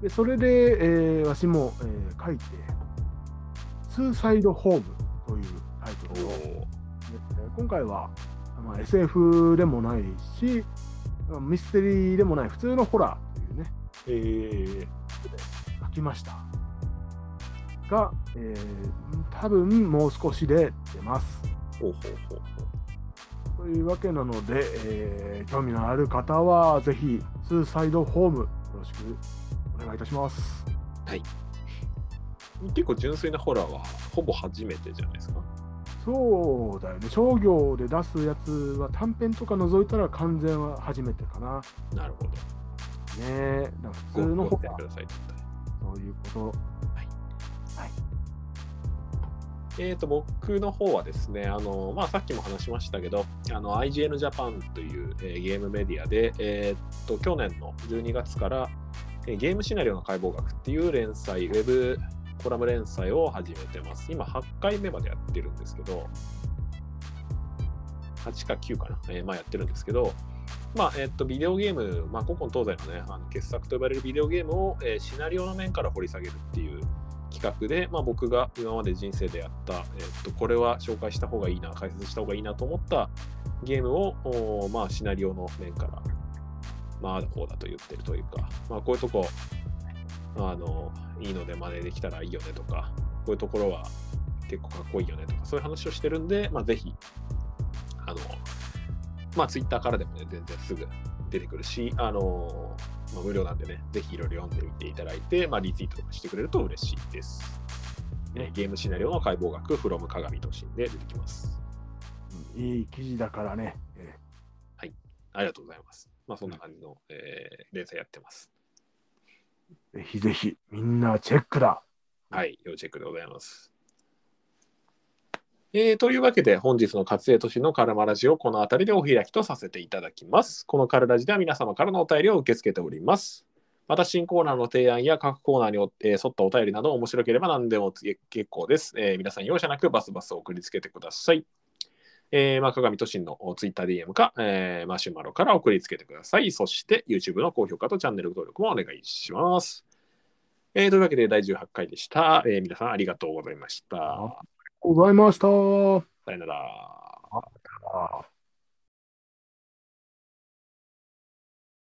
S5: で、それで、えーわしも、えー書いて、ツーサイドホームというタイトルを
S4: おう
S5: ね今回は、まあ、SF でもないし、まあミステリーでもない普通のホラーというね、
S4: えー、
S5: 書きました。が、えー多分もう少しで出ます。
S4: ほうほうほう
S5: というわけなので、えー興味のある方は、ぜひ、ツーサイドホーム、よろしくお願いいたします。
S4: ほう。結構純粋なホラーはほぼ初めてじゃないですか。
S5: そうだよね、商業で出すやつは短編とか除いたら完全は初めてかな。
S4: なるほど。
S5: ねえ、だから普通の
S4: ご
S5: ホ
S4: ご期
S5: ラー
S4: 待くださいってことで
S5: そういうこと。はい。はい。
S4: えー、と僕の方はですねあの、まあ、さっきも話しましたけどあの IGN Japan という、えーゲームメディアで、えー、と去年の12月から、えーゲームシナリオの解剖学っていう連載ウェブコラム連載を始めてます今8回目までやってるんですけど8か9かな、えーまあ、やってるんですけど、まあえっとビデオゲーム、まあ、古今東西のねあの傑作と呼ばれるビデオゲームを、えーシナリオの面から掘り下げるっていう企画で、まあ、僕が今まで人生でやった、えっとこれは紹介した方がいいな解説した方がいいなと思ったゲームをおーまあ、シナリオの面から、まああだこうだと言ってるというか、まあ、こういうとこあのいいので真似できたらいいよねとかこういうところは結構かっこいいよねとかそういう話をしてるんで、まあ、ぜひあの、まあ、ツイッターからでもね、全然すぐ出てくるし、あの、まあ、無料なんでね、ぜひいろいろ読んでみていただいて、まあ、リツイートとかしてくれると嬉しいです。ね、ゲームシナリオの解剖学、from 鏡都心で出てきます。
S5: うんいい記事だからね。え
S4: ありがとうございます。まあ、そんな感じの、えー連載やってます。
S5: ーぜひぜひ、みんなチェックだ。
S4: はい、要チェックでございます。えーというわけで、本日の活性都市のカルマラジオ、この辺りでお開きとさせていただきます。このカルラジでは皆様からのお便りを受け付けております。また、新コーナーの提案や各コーナーにお、えー沿ったお便りなど面白ければ何でもつ結構です、えー皆さん容赦なくバスバス送りつけてください。えー、まあ、鏡都心のツイッター DM か、えーマシュマロから送りつけてください。そして、YouTube の高評価とチャンネル登録もお願いします。えーというわけで、第18回でした。えー皆さんありがとうございました。
S5: ございました。
S4: さよなら。
S5: あー